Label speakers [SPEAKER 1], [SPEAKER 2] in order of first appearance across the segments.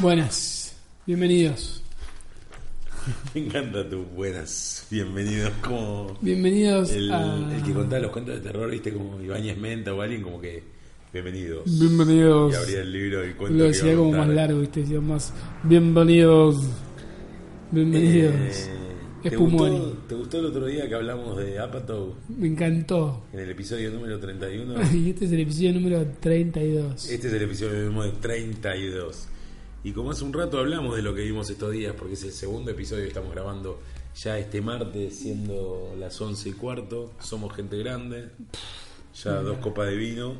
[SPEAKER 1] Buenas, bienvenidos.
[SPEAKER 2] Me encanta tus buenas. Bienvenidos como
[SPEAKER 1] Bienvenidos
[SPEAKER 2] el,
[SPEAKER 1] a.
[SPEAKER 2] el que contaba los cuentos de terror, viste, como Ibáñez Menta o alguien, como que bienvenidos.
[SPEAKER 1] Bienvenidos.
[SPEAKER 2] Y abría el libro del cuento.
[SPEAKER 1] Lo
[SPEAKER 2] que
[SPEAKER 1] decía
[SPEAKER 2] iba a
[SPEAKER 1] como
[SPEAKER 2] contar.
[SPEAKER 1] más largo, ¿viste? Decía más. Bienvenidos. Bienvenidos.
[SPEAKER 2] Eh,
[SPEAKER 1] es
[SPEAKER 2] ¿te,
[SPEAKER 1] Pumoni.
[SPEAKER 2] gustó, ¿Te gustó el otro día que hablamos de Apatow
[SPEAKER 1] Me encantó.
[SPEAKER 2] en el episodio número 31?
[SPEAKER 1] Y este es el episodio número 32.
[SPEAKER 2] este es el episodio número 32. Y como hace un rato hablamos de lo que vimos estos días, porque es el segundo episodio que estamos grabando ya este martes, siendo las 11 y cuarto. Somos gente grande. Ya dos copas de vino.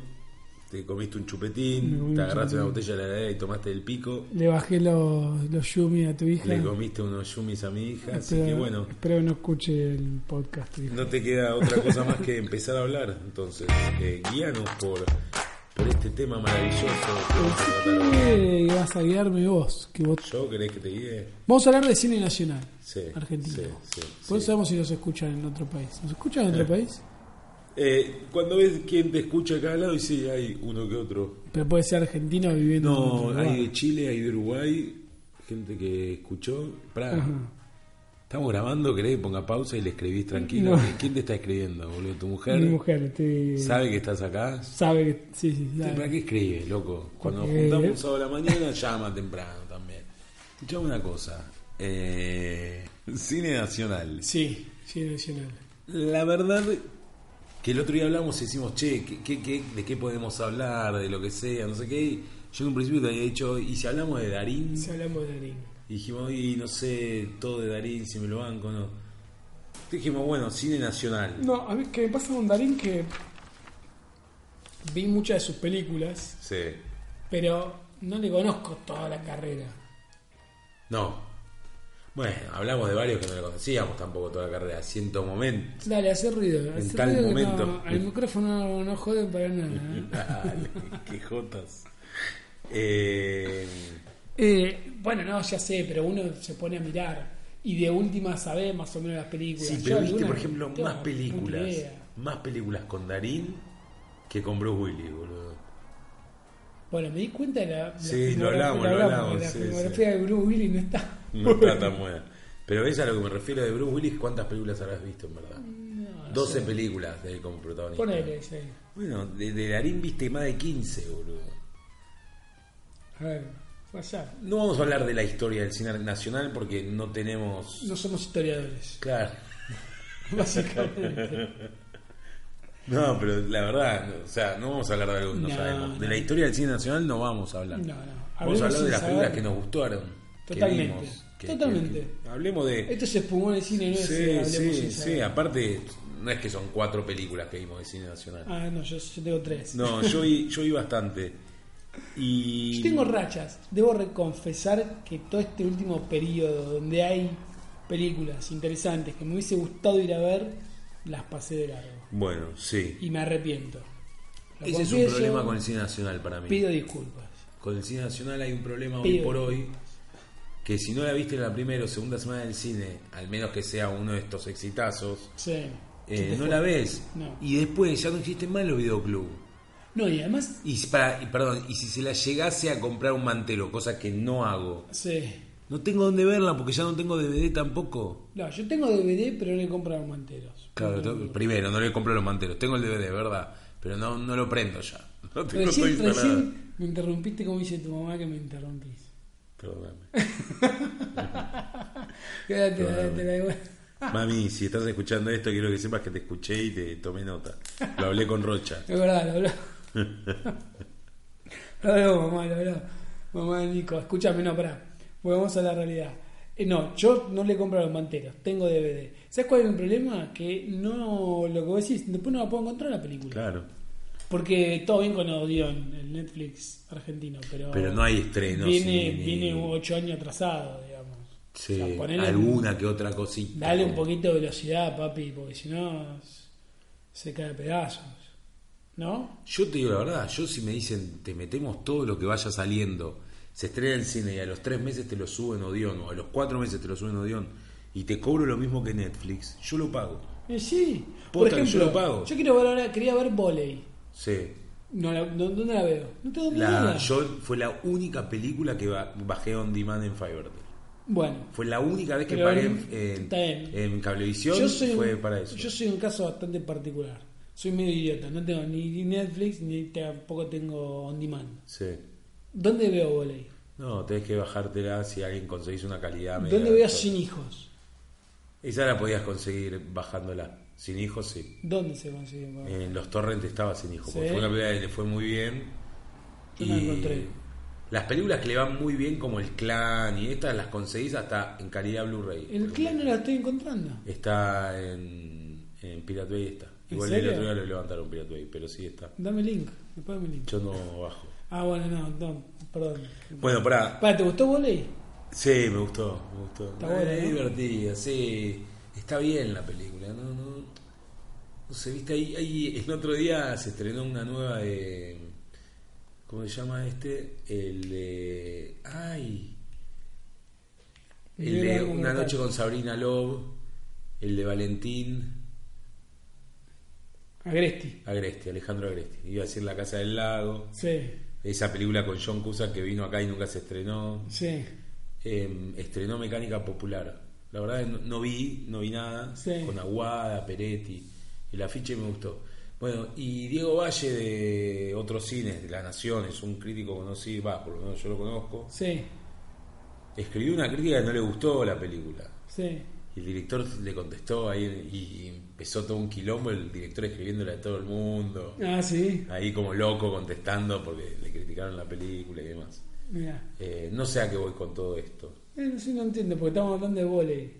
[SPEAKER 2] Te comiste un
[SPEAKER 1] Me comí
[SPEAKER 2] chupetín.
[SPEAKER 1] un
[SPEAKER 2] Te agarraste una botella de la heladera y tomaste el pico.
[SPEAKER 1] Le bajé los, los yumi a tu hija.
[SPEAKER 2] Le comiste unos yumis a mi hija. Así
[SPEAKER 1] Espero-
[SPEAKER 2] que bueno,
[SPEAKER 1] Espero que no escuche el podcast. hija.
[SPEAKER 2] no te queda otra cosa más que empezar a hablar. Entonces, eh, guíanos por, por este tema maravilloso. que vamos a tratar hoy.
[SPEAKER 1] ¿Qué vas a guiarme vos? Que vos...
[SPEAKER 2] ¿Yo querés que te guíe?
[SPEAKER 1] Vamos a hablar de cine nacional.
[SPEAKER 2] Sí,
[SPEAKER 1] Argentino.
[SPEAKER 2] sí, sí,
[SPEAKER 1] Por
[SPEAKER 2] sí.
[SPEAKER 1] eso sabemos si nos escuchan en otro país. ¿Nos escuchan en otro país?
[SPEAKER 2] Eh, cuando ves quién te escucha acá al lado, y sí, hay uno que otro.
[SPEAKER 1] Pero puede ser argentino viviendo en otro
[SPEAKER 2] No,
[SPEAKER 1] lugar.
[SPEAKER 2] hay de Chile, hay de Uruguay, gente que escuchó. Pará,
[SPEAKER 1] Ajá.
[SPEAKER 2] estamos grabando, querés que ponga pausa y le escribís tranquilo. Eh,
[SPEAKER 1] No.
[SPEAKER 2] ¿Quién te está escribiendo, boludo? ¿Tu mujer?
[SPEAKER 1] Mi mujer este,
[SPEAKER 2] ¿Sabe que estás acá?
[SPEAKER 1] sabe que... Sí, sí, sabe.
[SPEAKER 2] ¿Para qué escribe, loco? Cuando nos
[SPEAKER 1] Porque-
[SPEAKER 2] juntamos un sábado a la mañana, llama temprano también. Escuchame una cosa. eh, cine nacional.
[SPEAKER 1] Sí, sí, nacional.
[SPEAKER 2] La verdad que el otro día hablamos y decimos, che, ¿qué, qué, qué- de qué podemos hablar? De lo que sea, no sé qué. Y Yo en un principio te había dicho, ¿y si hablamos de Darín?
[SPEAKER 1] Si hablamos de Darín.
[SPEAKER 2] Y dijimos, y no sé, todo de Darín, si me lo banco o no. Dijimos, bueno, cine nacional.
[SPEAKER 1] No, a mí que me pasa con Darín que vi muchas de sus películas,
[SPEAKER 2] Sí.
[SPEAKER 1] pero no le conozco toda la carrera.
[SPEAKER 2] No. Bueno, hablamos de varios que no lo conocíamos tampoco toda la carrera. Siento momento.
[SPEAKER 1] Dale, hace ruido. hace
[SPEAKER 2] En tal
[SPEAKER 1] ruido que
[SPEAKER 2] momento.
[SPEAKER 1] No, al micrófono no joden para nada. ¿eh?
[SPEAKER 2] Dale, qué jotas. Eh,
[SPEAKER 1] Eh, bueno, no, ya sé, pero uno se pone a mirar y de última sabe más o menos las películas.
[SPEAKER 2] sí,
[SPEAKER 1] Yo
[SPEAKER 2] pero viste,
[SPEAKER 1] algunas
[SPEAKER 2] por
[SPEAKER 1] no
[SPEAKER 2] ejemplo,
[SPEAKER 1] tengo
[SPEAKER 2] más películas.
[SPEAKER 1] puta idea.
[SPEAKER 2] Más películas con Darín que con Bruce Willis, boludo.
[SPEAKER 1] Bueno, me di cuenta de la. la
[SPEAKER 2] Sí, lo
[SPEAKER 1] filmografía-
[SPEAKER 2] hablamos, lo hablamos,
[SPEAKER 1] La
[SPEAKER 2] sí,
[SPEAKER 1] filmografía de Bruce Willis no está.
[SPEAKER 2] No está tan buena. Pero ves a lo que me refiero de Bruce Willis, ¿cuántas películas habrás visto en verdad? 12 películas de él como protagonista.
[SPEAKER 1] Ponele, sí.
[SPEAKER 2] Bueno, de, de Darín viste más de 15, boludo.
[SPEAKER 1] A ver, allá.
[SPEAKER 2] No vamos a hablar de la historia del cine nacional porque no tenemos.
[SPEAKER 1] No somos historiadores,
[SPEAKER 2] Claro.
[SPEAKER 1] básicamente.
[SPEAKER 2] No, pero la verdad, no, o sea, no vamos a hablar de algo que no,
[SPEAKER 1] No,
[SPEAKER 2] sabemos. De
[SPEAKER 1] no.
[SPEAKER 2] la historia del cine nacional no vamos a hablar.
[SPEAKER 1] No, no.
[SPEAKER 2] Vamos
[SPEAKER 1] Hablemos
[SPEAKER 2] a hablar de
[SPEAKER 1] sin
[SPEAKER 2] las
[SPEAKER 1] saber.
[SPEAKER 2] películas que nos gustaron. que
[SPEAKER 1] Totalmente,
[SPEAKER 2] vimos, que-
[SPEAKER 1] totalmente.
[SPEAKER 2] que- que- hablemos de.
[SPEAKER 1] Esto se espumó en el cine, no es que
[SPEAKER 2] Sí,
[SPEAKER 1] hablemos
[SPEAKER 2] sí,
[SPEAKER 1] sin
[SPEAKER 2] sí.
[SPEAKER 1] saber.
[SPEAKER 2] Aparte, no es que son cuatro películas que vimos de cine nacional.
[SPEAKER 1] Ah, no, yo, yo tengo tres.
[SPEAKER 2] No, yo vi, yo vi bastante. Y.
[SPEAKER 1] Yo tengo rachas. Debo reconfesar que todo este último periodo donde hay películas interesantes que me hubiese gustado ir a ver, las pasé de largo.
[SPEAKER 2] Bueno, sí.
[SPEAKER 1] Y me arrepiento. Lo
[SPEAKER 2] Ese es un
[SPEAKER 1] confieso,
[SPEAKER 2] problema con el cine nacional para mí.
[SPEAKER 1] Pido disculpas.
[SPEAKER 2] Con el cine nacional hay un problema hoy
[SPEAKER 1] Pido
[SPEAKER 2] por hoy. Que si no la viste en la primera o segunda semana del cine, al menos que sea uno de estos exitazos,
[SPEAKER 1] Sí.
[SPEAKER 2] eh,
[SPEAKER 1] Sí, te
[SPEAKER 2] no
[SPEAKER 1] juro.
[SPEAKER 2] la ves.
[SPEAKER 1] No.
[SPEAKER 2] Y después ya no existen más los videoclubs.
[SPEAKER 1] No, y además,
[SPEAKER 2] Y, si- para, y perdón, y si se la llegase a comprar un mantelo, cosa que no hago,
[SPEAKER 1] sí.
[SPEAKER 2] no tengo dónde verla porque ya no tengo DVD tampoco.
[SPEAKER 1] No, yo tengo DVD, pero no le compro a los manteros.
[SPEAKER 2] Claro,
[SPEAKER 1] No,
[SPEAKER 2] to-
[SPEAKER 1] no, no.
[SPEAKER 2] primero, no le compro los mantelos. Tengo el DVD, ¿verdad? Pero no, no lo prendo ya. No tengo todo
[SPEAKER 1] Recién,
[SPEAKER 2] instalado.
[SPEAKER 1] recién me interrumpiste como dice tu mamá que me interrumpís.
[SPEAKER 2] Perdóname.
[SPEAKER 1] Quédate, date la igual.
[SPEAKER 2] Mami, si estás escuchando esto, quiero que sepas que te escuché y te tomé nota. Lo hablé con Rocha.
[SPEAKER 1] Es verdad, lo habló. lo habló, mamá, lo habló. Mamá de Nico, escúchame, no, pará. Volvamos a la realidad. Eh, no, yo no le compro a los manteros, tengo DVD. ¿Sabes cuál es el problema? Que no, lo que vos decís, después no la puedo encontrar la película.
[SPEAKER 2] Claro.
[SPEAKER 1] Porque todo bien con Odeon, el Netflix argentino, pero.
[SPEAKER 2] Pero no hay estrenos.
[SPEAKER 1] Viene,
[SPEAKER 2] ni- ni-
[SPEAKER 1] viene ocho años atrasado, digamos.
[SPEAKER 2] Sí,
[SPEAKER 1] O sea, ponele-
[SPEAKER 2] alguna que otra cosita.
[SPEAKER 1] Dale un poquito de velocidad, papi, porque si no s- se cae a pedazos. ¿No?
[SPEAKER 2] Yo te digo la verdad, yo si me dicen te metemos todo lo que vaya saliendo, se estrena en cine y a los tres meses te lo suben Odeon o a los cuatro meses te lo suben Odeon y te cobro lo mismo que Netflix, yo lo pago.
[SPEAKER 1] Eh, sí. Por
[SPEAKER 2] Posta que
[SPEAKER 1] ejemplo,
[SPEAKER 2] yo lo pago.
[SPEAKER 1] yo quiero ver ahora, quería ver volei.
[SPEAKER 2] Sí.
[SPEAKER 1] No, la- no- ¿Dónde la veo? No tengo ni
[SPEAKER 2] La,
[SPEAKER 1] idea.
[SPEAKER 2] yo fue la única película que ba- bajé on demand en Fiverr.
[SPEAKER 1] Bueno,
[SPEAKER 2] Fue la única vez que
[SPEAKER 1] Pero,
[SPEAKER 2] pagué en, en-
[SPEAKER 1] está bien.
[SPEAKER 2] en cablevisión
[SPEAKER 1] yo soy,
[SPEAKER 2] fue
[SPEAKER 1] un,
[SPEAKER 2] para eso.
[SPEAKER 1] yo soy un caso bastante particular. Soy medio idiota. No tengo ni ni Netflix ni tampoco tengo On Demand.
[SPEAKER 2] Sí.
[SPEAKER 1] ¿Dónde veo volei?
[SPEAKER 2] No, tenés que bajártela si alguien conseguís una calidad. media
[SPEAKER 1] ¿Dónde veo
[SPEAKER 2] mejor.
[SPEAKER 1] Sin Hijos?
[SPEAKER 2] Esa la podías conseguir bajándola. Sin hijos, sí.
[SPEAKER 1] ¿Dónde se consigue? Pablo?
[SPEAKER 2] En Eh, los torrentes estaba sin hijos.
[SPEAKER 1] Sí.
[SPEAKER 2] porque Fue una película que le fue muy bien.
[SPEAKER 1] Yo la encontré.
[SPEAKER 2] Las películas que le van muy bien, como El Clan y estas, las conseguís hasta en calidad Blu-ray.
[SPEAKER 1] El clan no la estoy encontrando.
[SPEAKER 2] Está en, en Piratway, está.
[SPEAKER 1] ¿En
[SPEAKER 2] Igual el
[SPEAKER 1] serio?
[SPEAKER 2] otro día lo levantaron Piratway, pero sí está.
[SPEAKER 1] Dame link, después dame link.
[SPEAKER 2] Yo no bajo.
[SPEAKER 1] Ah, bueno, no, no, perdón.
[SPEAKER 2] Bueno, pará,
[SPEAKER 1] Pará, ¿te gustó volei?
[SPEAKER 2] Sí, me gustó, me gustó.
[SPEAKER 1] Está
[SPEAKER 2] Eh,
[SPEAKER 1] buena,
[SPEAKER 2] es
[SPEAKER 1] ¿no?
[SPEAKER 2] divertida, sí. Está bien la película, no, no. No sé, viste, ahí, ahí el otro día se estrenó una nueva de. ¿Cómo se llama este? El de. ¡Ay! El
[SPEAKER 1] Yo
[SPEAKER 2] de
[SPEAKER 1] la
[SPEAKER 2] Una
[SPEAKER 1] comenté.
[SPEAKER 2] noche con Sabrina Love, el de Valentín.
[SPEAKER 1] Agresti.
[SPEAKER 2] Agresti, Alejandro Agresti. Iba a decir La Casa del Lago.
[SPEAKER 1] Sí,
[SPEAKER 2] Esa película con John Cusack que vino acá y nunca se estrenó.
[SPEAKER 1] sí,
[SPEAKER 2] Eh, estrenó Mecánica Popular. La verdad no, no vi, no vi nada,
[SPEAKER 1] Sí.
[SPEAKER 2] con Aguada, Peretti, el afiche me gustó. Bueno, y Diego Valle de otros cines, de La Nación, es un crítico conocido, va, por lo menos yo lo conozco,
[SPEAKER 1] sí,
[SPEAKER 2] escribió una crítica que no le gustó la película.
[SPEAKER 1] sí.
[SPEAKER 2] Y el director le contestó ahí y empezó todo un quilombo, el director escribiéndole a todo el mundo,
[SPEAKER 1] Ah, sí,
[SPEAKER 2] ahí como loco contestando porque le criticaron la película y demás.
[SPEAKER 1] mira.
[SPEAKER 2] Eh, no sé a qué voy con todo esto.
[SPEAKER 1] Eh, no sé, no entiendo, porque estamos hablando de volei.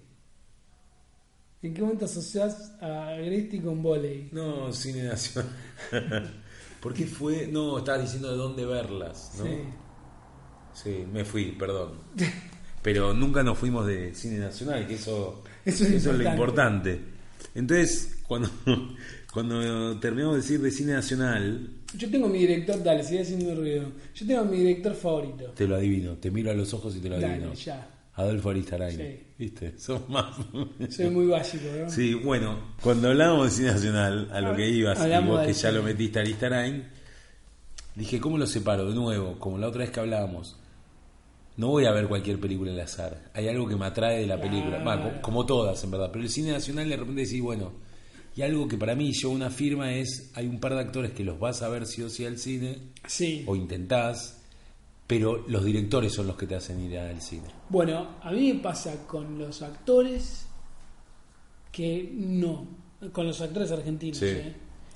[SPEAKER 1] ¿En qué momento asociás a Agresti con volei?
[SPEAKER 2] No, cine nacional. ¿Por qué fue? No, estabas diciendo de dónde verlas, ¿no?
[SPEAKER 1] Sí.
[SPEAKER 2] Sí, me fui, perdón. Pero nunca nos fuimos de cine nacional, que eso,
[SPEAKER 1] Eso es
[SPEAKER 2] lo importante. Entonces, cuando, cuando terminamos de decir de cine nacional,
[SPEAKER 1] Yo tengo mi director, dale, sigue haciendo ruido. Yo tengo mi director favorito.
[SPEAKER 2] te lo adivino, te miro a los ojos y te lo
[SPEAKER 1] Dale,
[SPEAKER 2] adivino.
[SPEAKER 1] ya.
[SPEAKER 2] Adolfo Aristarain.
[SPEAKER 1] Sí.
[SPEAKER 2] ¿Viste? Son más.
[SPEAKER 1] Soy muy básico, ¿no?
[SPEAKER 2] Sí, bueno, cuando hablábamos de cine nacional, a lo que ibas, y
[SPEAKER 1] Ah, Hablamos
[SPEAKER 2] vos que
[SPEAKER 1] del
[SPEAKER 2] ya lo
[SPEAKER 1] cine.
[SPEAKER 2] metiste a Listarain, dije, ¿cómo lo separo? De nuevo, como la otra vez que hablábamos, no voy a ver cualquier película al azar. Hay algo que me atrae de la película, Va, co-
[SPEAKER 1] Claro.
[SPEAKER 2] como todas en verdad, pero el cine nacional de repente decís, bueno, y algo que para mí yo una firma es, hay un par de actores que los vas a ver sí o sí al cine,
[SPEAKER 1] Sí.
[SPEAKER 2] o intentás, pero los directores son los que te hacen ir al cine.
[SPEAKER 1] Bueno, a mí me pasa con los actores que no, con los actores argentinos.
[SPEAKER 2] Sí,
[SPEAKER 1] ¿eh?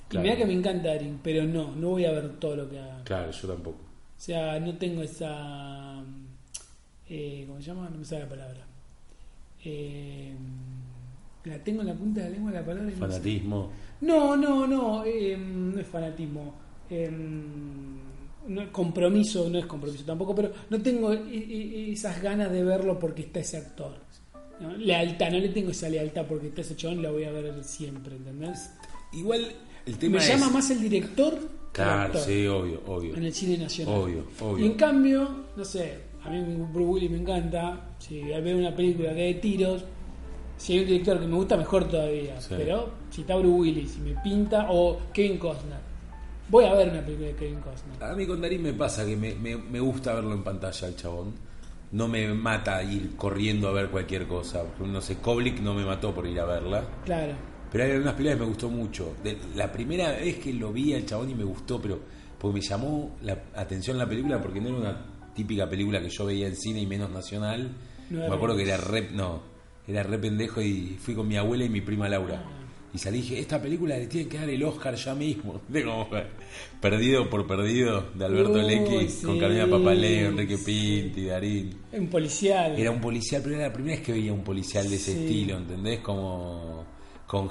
[SPEAKER 2] claro.
[SPEAKER 1] Y mirá que me encanta Darín, pero no, no voy a ver todo lo que haga.
[SPEAKER 2] Claro, yo tampoco.
[SPEAKER 1] O sea, no tengo esa... eh, ¿Cómo se llama? No me sale la palabra. Eh, la tengo en la punta de la lengua la palabra. y no sé.
[SPEAKER 2] Fanatismo.
[SPEAKER 1] No, no, no, eh, no es fanatismo. eh, no es compromiso, no es compromiso tampoco, pero no tengo e- e- esas ganas de verlo porque está ese actor. ¿no? Lealtad, no le tengo esa lealtad porque está ese chabón y la voy a ver siempre, ¿entendés?
[SPEAKER 2] Igual el
[SPEAKER 1] Me
[SPEAKER 2] tema es...
[SPEAKER 1] llama más el director que el
[SPEAKER 2] Claro,
[SPEAKER 1] actor
[SPEAKER 2] sí, obvio, obvio.
[SPEAKER 1] en el cine nacional.
[SPEAKER 2] Obvio, obvio.
[SPEAKER 1] Y en cambio, no sé, a mí Bruce Willis me encanta. Si veo una película que hay de tiros, si hay un director que me gusta, mejor todavía.
[SPEAKER 2] Sí.
[SPEAKER 1] Pero si está Bruce Willis, si me pinta, o Kevin Costner, voy a ver una película de Kevin Costner.
[SPEAKER 2] A mí con Darín me pasa que me, me- me gusta verlo en pantalla el chabón. No me mata ir corriendo a ver cualquier cosa. Por ejemplo, No sé, Koblik no me mató por ir a verla.
[SPEAKER 1] Claro,
[SPEAKER 2] Pero hay algunas películas que me gustó mucho. De- la primera vez que lo vi al chabón y me gustó, pero porque me llamó la atención la película porque no era una típica película que yo veía en cine y menos nacional.
[SPEAKER 1] No era
[SPEAKER 2] me acuerdo que era re, no, era re pendejo y fui con mi abuela y mi prima Laura.
[SPEAKER 1] Ah.
[SPEAKER 2] Y salí y dije, esta película le tiene que dar el Oscar ya mismo. De como, perdido por perdido de Alberto
[SPEAKER 1] Uy,
[SPEAKER 2] Lecky con
[SPEAKER 1] sí,
[SPEAKER 2] Carolina Papaleo, Enrique
[SPEAKER 1] sí.
[SPEAKER 2] Pinti, Darín.
[SPEAKER 1] un policial.
[SPEAKER 2] Era un policial, pero era la primera vez que veía un policial de ese
[SPEAKER 1] Sí.
[SPEAKER 2] estilo, ¿entendés? Como con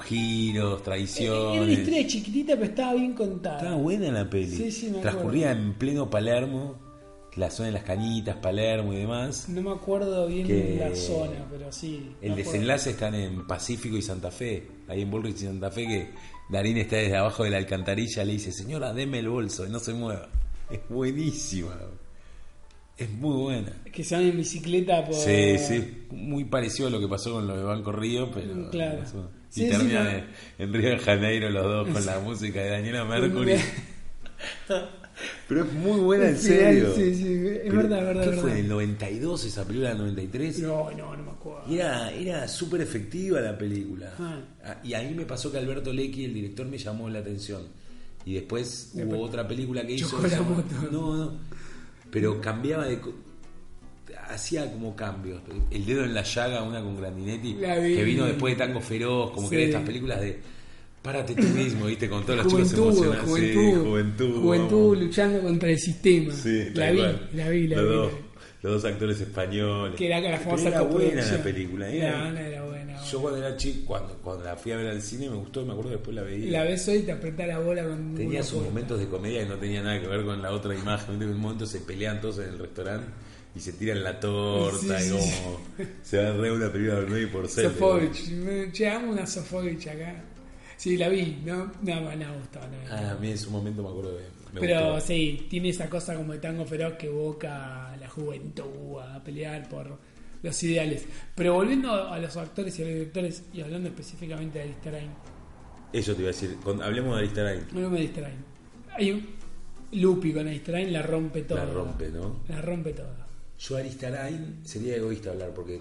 [SPEAKER 1] Eh, Era
[SPEAKER 2] giros,
[SPEAKER 1] una
[SPEAKER 2] traiciones.
[SPEAKER 1] historia chiquitita, pero estaba bien contada.
[SPEAKER 2] Estaba buena la peli.
[SPEAKER 1] Sí, sí, me acuerdo.
[SPEAKER 2] Transcurría en pleno Palermo, la zona de las cañitas, Palermo y demás.
[SPEAKER 1] No me acuerdo bien
[SPEAKER 2] Que-
[SPEAKER 1] la zona, pero sí. me
[SPEAKER 2] El
[SPEAKER 1] acuerdo.
[SPEAKER 2] desenlace están en Pacífico y Santa Fe, ahí en Bullrich y Santa Fe, que Darín está desde abajo de la alcantarilla, le dice, señora, deme el bolso, no se mueva. Es buenísima. Es muy buena.
[SPEAKER 1] Que se van en bicicleta por.
[SPEAKER 2] Sí, sí, muy parecido a lo que pasó con lo de Banco Río, pero...
[SPEAKER 1] Mm, Claro.
[SPEAKER 2] eso.
[SPEAKER 1] Sí,
[SPEAKER 2] y
[SPEAKER 1] sí,
[SPEAKER 2] terminan
[SPEAKER 1] no.
[SPEAKER 2] en, en Río de Janeiro los dos con la música de Daniela Mercury. pero es muy buena, en
[SPEAKER 1] Sí,
[SPEAKER 2] serio.
[SPEAKER 1] sí, sí, es
[SPEAKER 2] Pero,
[SPEAKER 1] verdad, verdad,
[SPEAKER 2] ¿Qué
[SPEAKER 1] verdad.
[SPEAKER 2] fue? ¿El 92 esa película? ¿El 93?
[SPEAKER 1] No, no, no me acuerdo.
[SPEAKER 2] Y Era, era súper efectiva la película.
[SPEAKER 1] Ah.
[SPEAKER 2] Ah, Y a mí me pasó que Alberto Lecky, el director, me llamó la atención. Y después hubo otra película que hizo.
[SPEAKER 1] Chocó la
[SPEAKER 2] se llama-
[SPEAKER 1] moto.
[SPEAKER 2] No, no. Pero cambiaba de. co- Hacía como cambios. El dedo en la llaga, una con Grandinetti,
[SPEAKER 1] La vi.
[SPEAKER 2] que vino después de Tango Feroz, como que
[SPEAKER 1] Sí.
[SPEAKER 2] eran estas películas de. Párate tú mismo, viste, con todos los chicos
[SPEAKER 1] Juventud,
[SPEAKER 2] emocionados. Sí,
[SPEAKER 1] juventud,
[SPEAKER 2] juventud.
[SPEAKER 1] Juventud
[SPEAKER 2] vamos.
[SPEAKER 1] luchando contra el sistema.
[SPEAKER 2] Sí,
[SPEAKER 1] la,
[SPEAKER 2] tal
[SPEAKER 1] vi,
[SPEAKER 2] cual.
[SPEAKER 1] la vi, la
[SPEAKER 2] los
[SPEAKER 1] vi, la
[SPEAKER 2] Dos,
[SPEAKER 1] vi.
[SPEAKER 2] los dos actores españoles.
[SPEAKER 1] Que era la famosa
[SPEAKER 2] Pero era buena
[SPEAKER 1] coproducción.
[SPEAKER 2] la película. Era,
[SPEAKER 1] No, no era buena.
[SPEAKER 2] Yo cuando era chico, cuando, cuando la fui a ver al cine, me gustó, me acuerdo que después la veía.
[SPEAKER 1] La ves hoy y te aprieta la bola con.
[SPEAKER 2] Tenía
[SPEAKER 1] una
[SPEAKER 2] sus
[SPEAKER 1] puerta.
[SPEAKER 2] momentos de comedia que no tenía nada que ver con la otra imagen. En un momento se pelean todos en el restaurante y se tiran la torta
[SPEAKER 1] Sí,
[SPEAKER 2] y
[SPEAKER 1] sí,
[SPEAKER 2] como se va re una película del 9 por 6.
[SPEAKER 1] Sofovich. Me- Che, amo una Sofovich acá. Sí, la vi. No, no, no, no gustaba. No, me gustaba.
[SPEAKER 2] Ah, a mí en su momento me acuerdo que me
[SPEAKER 1] Pero
[SPEAKER 2] gustó.
[SPEAKER 1] sí, tiene esa cosa como de tango feroz que evoca a la juventud, a pelear por los ideales. Pero volviendo a los actores y a los directores, y hablando específicamente de Aristarain,
[SPEAKER 2] Eso te iba a decir. Con- hablemos de Aristarain.
[SPEAKER 1] no me distraen. Hay un Lupi con Aristarain, la rompe todo.
[SPEAKER 2] La rompe, ¿no?
[SPEAKER 1] La rompe todo.
[SPEAKER 2] Yo Aristarain sería egoísta hablar porque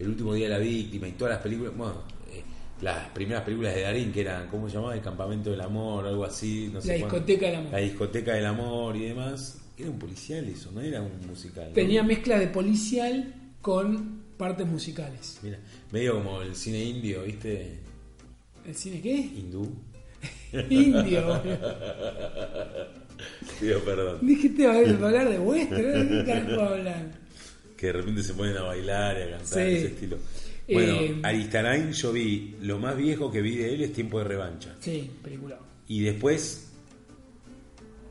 [SPEAKER 2] el último día de la víctima y todas las películas, bueno, eh, las primeras películas de Darín que eran, ¿cómo se llamaba? El campamento del amor, algo así, no sé.
[SPEAKER 1] La
[SPEAKER 2] cuánto.
[SPEAKER 1] discoteca del amor.
[SPEAKER 2] La discoteca del amor y demás. Era un policial eso, no era un musical. ¿no?
[SPEAKER 1] Tenía mezcla de policial con partes musicales.
[SPEAKER 2] Mira, medio como el cine indio, ¿viste?
[SPEAKER 1] ¿El cine qué?
[SPEAKER 2] Hindú.
[SPEAKER 1] Indio.
[SPEAKER 2] Digo, perdón.
[SPEAKER 1] Dijiste a ver, hablar de western, ¿de qué carajo hablar?
[SPEAKER 2] Que de repente se ponen a bailar y a cantar,
[SPEAKER 1] Sí.
[SPEAKER 2] ese estilo. Bueno,
[SPEAKER 1] Eh,
[SPEAKER 2] Aristarain yo vi, lo más viejo que vi de él es Tiempo de Revancha.
[SPEAKER 1] Sí, película.
[SPEAKER 2] Y después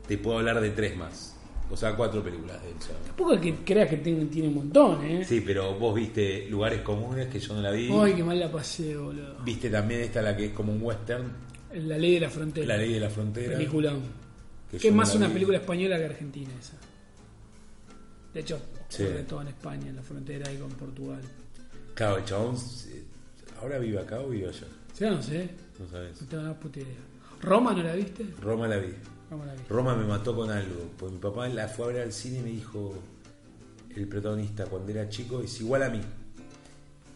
[SPEAKER 2] te puedo hablar de tres más. O sea, cuatro películas de él. ya.
[SPEAKER 1] Tampoco es que creas que tiene, tiene un montón, ¿eh?
[SPEAKER 2] Sí, pero vos viste Lugares Comunes, que yo no la vi.
[SPEAKER 1] Ay, qué mal la pasé, boludo.
[SPEAKER 2] Viste también esta, la que es como un western,
[SPEAKER 1] La ley de la frontera.
[SPEAKER 2] La Ley de la Frontera.
[SPEAKER 1] Película.
[SPEAKER 2] Que
[SPEAKER 1] Que,
[SPEAKER 2] yo
[SPEAKER 1] es
[SPEAKER 2] no
[SPEAKER 1] más
[SPEAKER 2] la
[SPEAKER 1] una
[SPEAKER 2] vi.
[SPEAKER 1] película española que argentina esa. De hecho,
[SPEAKER 2] Sí.
[SPEAKER 1] sobre todo en España, en la frontera y con Portugal.
[SPEAKER 2] Claro, el chabón, eh, ¿ahora vive acá o vive allá?
[SPEAKER 1] Sí, no sé.
[SPEAKER 2] No sabes.
[SPEAKER 1] No tengo la puta idea. ¿Roma no la viste?
[SPEAKER 2] Roma la vi.
[SPEAKER 1] Roma la viste.
[SPEAKER 2] Roma me mató con algo. Pues mi papá la fue a ver al cine y me dijo, el protagonista cuando era chico es igual a mí.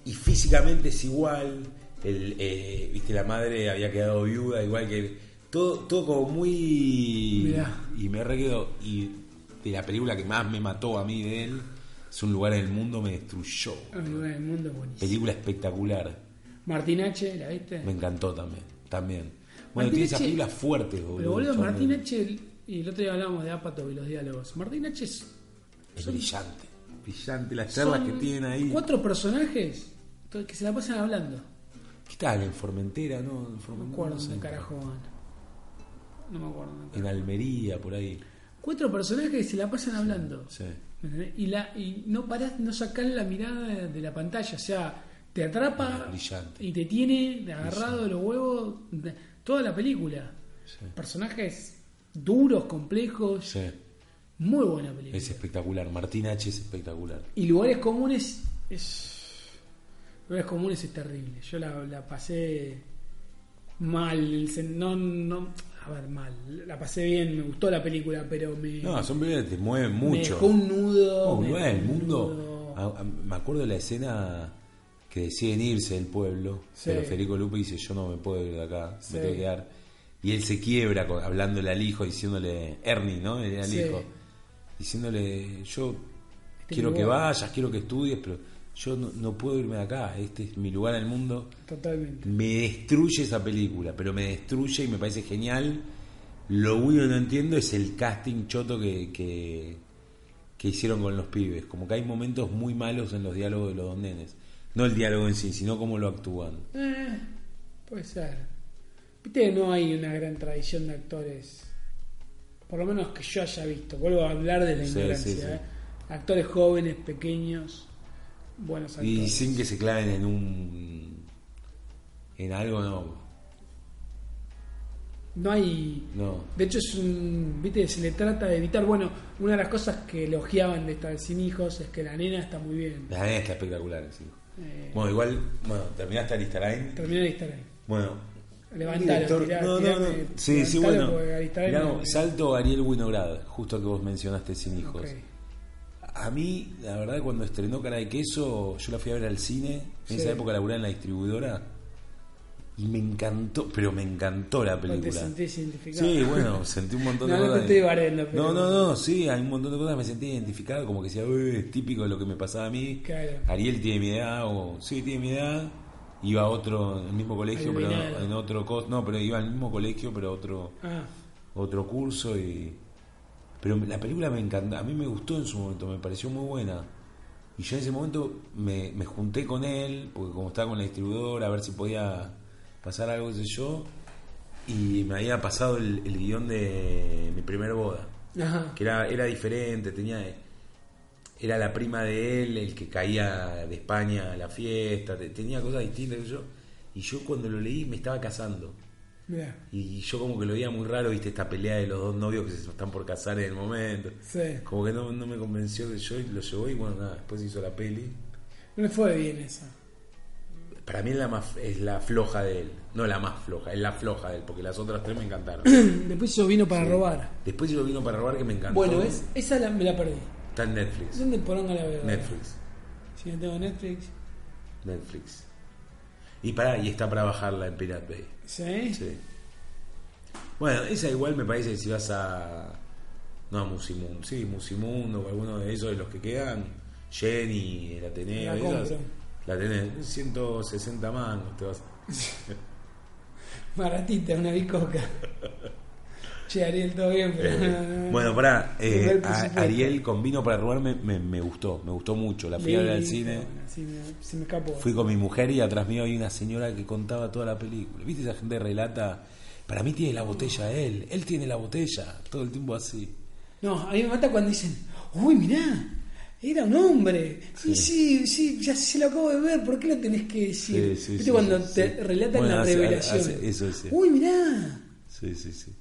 [SPEAKER 2] Y físicamente es igual. El, eh, Viste, la madre había quedado viuda, igual que... Todo, todo como muy...
[SPEAKER 1] Mirá.
[SPEAKER 2] Y me re quedó. Y de la película que más me mató a mí de él, es un lugar en el mundo, me destruyó.
[SPEAKER 1] Ah, mi lugar del mundo es buenísimo.
[SPEAKER 2] Película espectacular.
[SPEAKER 1] Martín H, ¿la viste?
[SPEAKER 2] Me encantó también. También. Bueno,
[SPEAKER 1] Martín
[SPEAKER 2] tiene esas
[SPEAKER 1] H.
[SPEAKER 2] películas fuertes, boludo.
[SPEAKER 1] Pero boludo,
[SPEAKER 2] Son-
[SPEAKER 1] Martín H, el- y el otro día hablábamos de Apatow y los diálogos. Martín H es
[SPEAKER 2] Es brillante. Brillante las charlas que
[SPEAKER 1] Son
[SPEAKER 2] tienen ahí.
[SPEAKER 1] Cuatro personajes to- que se la pasan hablando.
[SPEAKER 2] ¿Qué tal? En Formentera, ¿no? En
[SPEAKER 1] No me
[SPEAKER 2] Formentera,
[SPEAKER 1] acuerdo
[SPEAKER 2] no sé.
[SPEAKER 1] dónde carajo van. No me acuerdo. dónde.
[SPEAKER 2] En Almería, por ahí.
[SPEAKER 1] Cuatro personajes que se la pasan hablando.
[SPEAKER 2] Sí.
[SPEAKER 1] ¿Me entendés? Y, la, y no parás, no sacás la mirada de, de la pantalla. O sea, te atrapa
[SPEAKER 2] Es brillante.
[SPEAKER 1] y te tiene agarrado de los huevos de- toda la película.
[SPEAKER 2] Sí.
[SPEAKER 1] Personajes duros, complejos.
[SPEAKER 2] Sí.
[SPEAKER 1] Muy buena película.
[SPEAKER 2] Es espectacular. Martín H. es espectacular.
[SPEAKER 1] Y lugares comunes es. Lugares comunes es terrible. Yo la, la pasé mal. el sen- No, no. A ver, mal. La pasé bien, me gustó la película, pero me.
[SPEAKER 2] No, son películas que te mueven
[SPEAKER 1] me
[SPEAKER 2] mucho.
[SPEAKER 1] dejó un nudo.
[SPEAKER 2] Oh,
[SPEAKER 1] me
[SPEAKER 2] lugar
[SPEAKER 1] dejó
[SPEAKER 2] del
[SPEAKER 1] un
[SPEAKER 2] mundo. Ah.
[SPEAKER 1] nudo.
[SPEAKER 2] A- a- me acuerdo de la escena que deciden irse del pueblo.
[SPEAKER 1] Sí.
[SPEAKER 2] Pero Federico Lupe dice: Yo no me puedo ir de acá,
[SPEAKER 1] Sí.
[SPEAKER 2] me tengo que quedar. Y él se quiebra con- hablándole al hijo, diciéndole: Ernie, ¿no? Era el
[SPEAKER 1] Sí.
[SPEAKER 2] hijo. Diciéndole: Yo
[SPEAKER 1] Este
[SPEAKER 2] quiero que
[SPEAKER 1] lugar.
[SPEAKER 2] vayas, quiero que estudies, pero yo no, no puedo irme de acá. Este es mi lugar en el mundo.
[SPEAKER 1] Totalmente.
[SPEAKER 2] Me destruye esa película, pero me destruye y me parece genial. Lo único que no entiendo es el casting choto que, que, que hicieron con los pibes. Como que hay momentos muy malos en los diálogos de los dos nenes. No el diálogo en sí, sino cómo lo actúan.
[SPEAKER 1] Eh, Puede ser. Viste que no hay una gran tradición de actores, por lo menos que yo haya visto. Vuelvo a hablar de la
[SPEAKER 2] Sí,
[SPEAKER 1] ignorancia.
[SPEAKER 2] sí, sí.
[SPEAKER 1] ¿eh? Actores jóvenes, pequeños, buenos actores.
[SPEAKER 2] Y sin que se claven en un. en algo, no.
[SPEAKER 1] No hay.
[SPEAKER 2] No.
[SPEAKER 1] De hecho, es un. Viste, se le trata de evitar. Bueno, una de las cosas que elogiaban de estar sin hijos es que la nena está muy bien.
[SPEAKER 2] La nena está espectacular, sí.
[SPEAKER 1] Eh,
[SPEAKER 2] Bueno, igual, bueno, terminaste Aristarain.
[SPEAKER 1] terminó de estar ahí.
[SPEAKER 2] Bueno.
[SPEAKER 1] Levantalo,
[SPEAKER 2] Director-
[SPEAKER 1] tirá,
[SPEAKER 2] no, no,
[SPEAKER 1] tirá,
[SPEAKER 2] no.
[SPEAKER 1] eh,
[SPEAKER 2] Sí, sí,
[SPEAKER 1] levantalo
[SPEAKER 2] bueno.
[SPEAKER 1] porque Aristarán
[SPEAKER 2] Mirá,
[SPEAKER 1] no-
[SPEAKER 2] salto Ariel Winograd, justo que vos mencionaste sin hijos.
[SPEAKER 1] Ok.
[SPEAKER 2] A mí, la verdad, cuando estrenó Cara de Queso, yo la fui a ver al cine. En
[SPEAKER 1] Sí.
[SPEAKER 2] esa época laburaba en la distribuidora. Y me encantó, pero me encantó la
[SPEAKER 1] No te
[SPEAKER 2] película.
[SPEAKER 1] sentís identificado.
[SPEAKER 2] Sí, bueno, sentí un montón de
[SPEAKER 1] No, no te
[SPEAKER 2] cosas.
[SPEAKER 1] estoy barendo, pero-
[SPEAKER 2] No, no, no, sí, hay un montón de cosas que me sentí identificado, como que decía, "Uy, es típico de lo que me pasaba a mí.
[SPEAKER 1] Claro.
[SPEAKER 2] Ariel tiene mi edad, o sí, tiene mi edad. Iba a otro, en el mismo colegio,
[SPEAKER 1] Al
[SPEAKER 2] pero
[SPEAKER 1] Binal.
[SPEAKER 2] en otro cos- no, pero iba al mismo colegio, pero a otro,
[SPEAKER 1] Ah,
[SPEAKER 2] otro curso y... Pero la película me encantó, a mí me gustó en su momento, me pareció muy buena. Y yo en ese momento me, me junté con él, porque como estaba con la distribuidora, a ver si podía pasar algo, qué sé yo. Y me había pasado el, el guión de mi primer boda,
[SPEAKER 1] ajá.
[SPEAKER 2] que era, era diferente, tenía... Era la prima de él, el que caía de España a la fiesta, te- tenía cosas distintas, qué sé yo. Y yo cuando lo leí me estaba casando.
[SPEAKER 1] Mirá.
[SPEAKER 2] Y yo como que lo veía muy raro, viste, esta pelea de los dos novios que se están por casar en el momento.
[SPEAKER 1] Sí.
[SPEAKER 2] Como que no, no me convenció de yo y lo llevó y bueno, nada, después hizo la peli.
[SPEAKER 1] No le fue bien esa.
[SPEAKER 2] Para mí es la, más, es la floja de él. No la más floja, es la floja de él, porque las otras tres me encantaron.
[SPEAKER 1] Después hizo vino para robar.
[SPEAKER 2] Después yo vino para robar que me encantó.
[SPEAKER 1] Bueno, es, esa la- me la perdí.
[SPEAKER 2] Está en Netflix.
[SPEAKER 1] ¿Dónde poronga la veo?
[SPEAKER 2] Netflix.
[SPEAKER 1] Si no tengo Netflix.
[SPEAKER 2] Netflix. Y para y está para bajarla en Pirate Bay.
[SPEAKER 1] ¿Sí?
[SPEAKER 2] Sí. Bueno, esa igual me parece que si vas a. No, a Musimundo. Sí, Musimundo o alguno de esos de los que quedan. Jenny, el Ateneo.
[SPEAKER 1] La
[SPEAKER 2] esas,
[SPEAKER 1] compro.
[SPEAKER 2] la tenés. 160 mangos te vas.
[SPEAKER 1] Baratita, una bicoca. che, Ariel, todo bien, pero. no, no, no.
[SPEAKER 2] Eh, Bueno, pará. eh,
[SPEAKER 1] Primer
[SPEAKER 2] a-
[SPEAKER 1] presupuesto.
[SPEAKER 2] Ariel con vino para robarme me, me gustó. Me gustó mucho. La fui a ver al
[SPEAKER 1] Listo,
[SPEAKER 2] cine.
[SPEAKER 1] bueno, sí, me- se me escapó.
[SPEAKER 2] Fui con mi mujer y atrás mío hay una señora que contaba toda la película. ¿Viste esa gente relata? Para mí tiene la botella él. Él tiene la botella. Todo el tiempo así.
[SPEAKER 1] No, a mí me mata cuando dicen, uy, mirá, era un hombre. Sí, sí, sí, ya se lo acabo de ver, ¿por qué lo tenés que decir?
[SPEAKER 2] Sí, sí,
[SPEAKER 1] Viste
[SPEAKER 2] sí,
[SPEAKER 1] cuando
[SPEAKER 2] sí,
[SPEAKER 1] te
[SPEAKER 2] sí.
[SPEAKER 1] relatan
[SPEAKER 2] Bueno,
[SPEAKER 1] la
[SPEAKER 2] hace-
[SPEAKER 1] revelación.
[SPEAKER 2] hace- eso, sí.
[SPEAKER 1] Uy, mirá.
[SPEAKER 2] Sí, sí, sí.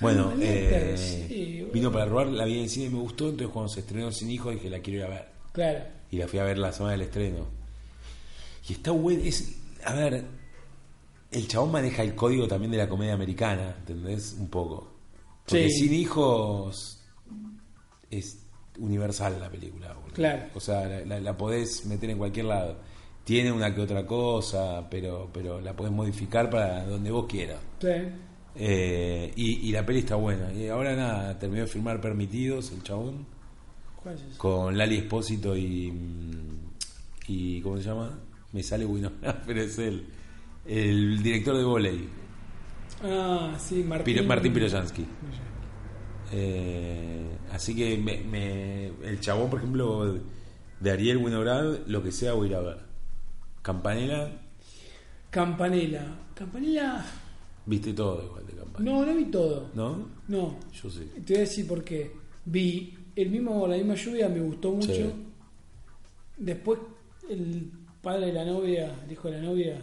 [SPEAKER 2] Bueno,
[SPEAKER 1] Hamlet,
[SPEAKER 2] eh,
[SPEAKER 1] sí, bueno.
[SPEAKER 2] vino para robar, la vi en cine y me gustó, entonces cuando se estrenó Sin Hijos dije, la quiero ir a ver.
[SPEAKER 1] Claro.
[SPEAKER 2] Y la fui a ver la semana del estreno. Y está bueno, es, a ver, el chabón maneja el código también de la comedia americana, ¿entendés? Un poco. Porque
[SPEAKER 1] Sí.
[SPEAKER 2] Sin Hijos es universal la película. boludo.
[SPEAKER 1] Claro.
[SPEAKER 2] O sea, la, la- la podés meter en cualquier lado. Tiene una que otra cosa, pero, pero la podés modificar para donde vos quieras.
[SPEAKER 1] Sí.
[SPEAKER 2] Eh, y, y la peli está buena. Y ahora nada, terminó de filmar Permitidos, el chabón,
[SPEAKER 1] ¿Cuál es eso?
[SPEAKER 2] con Lali Espósito y. mm, y ¿Cómo se llama? Me sale bueno, pero es él. El director de volei,
[SPEAKER 1] Ah, sí, Martín.
[SPEAKER 2] Piro- Martín Piroyansky. Eh, así que me- me- el chabón, por ejemplo, de Ariel Winograd, lo que sea, voy a ir a ver. Campanela,
[SPEAKER 1] Campanela. Campanela.
[SPEAKER 2] viste todo igual de Campanela.
[SPEAKER 1] No, no vi todo.
[SPEAKER 2] ¿No?
[SPEAKER 1] No.
[SPEAKER 2] Yo sí.
[SPEAKER 1] Te voy a decir por qué. Vi el mismo, la misma lluvia, me gustó mucho.
[SPEAKER 2] Sí.
[SPEAKER 1] Después, el padre de la novia, el hijo de la novia,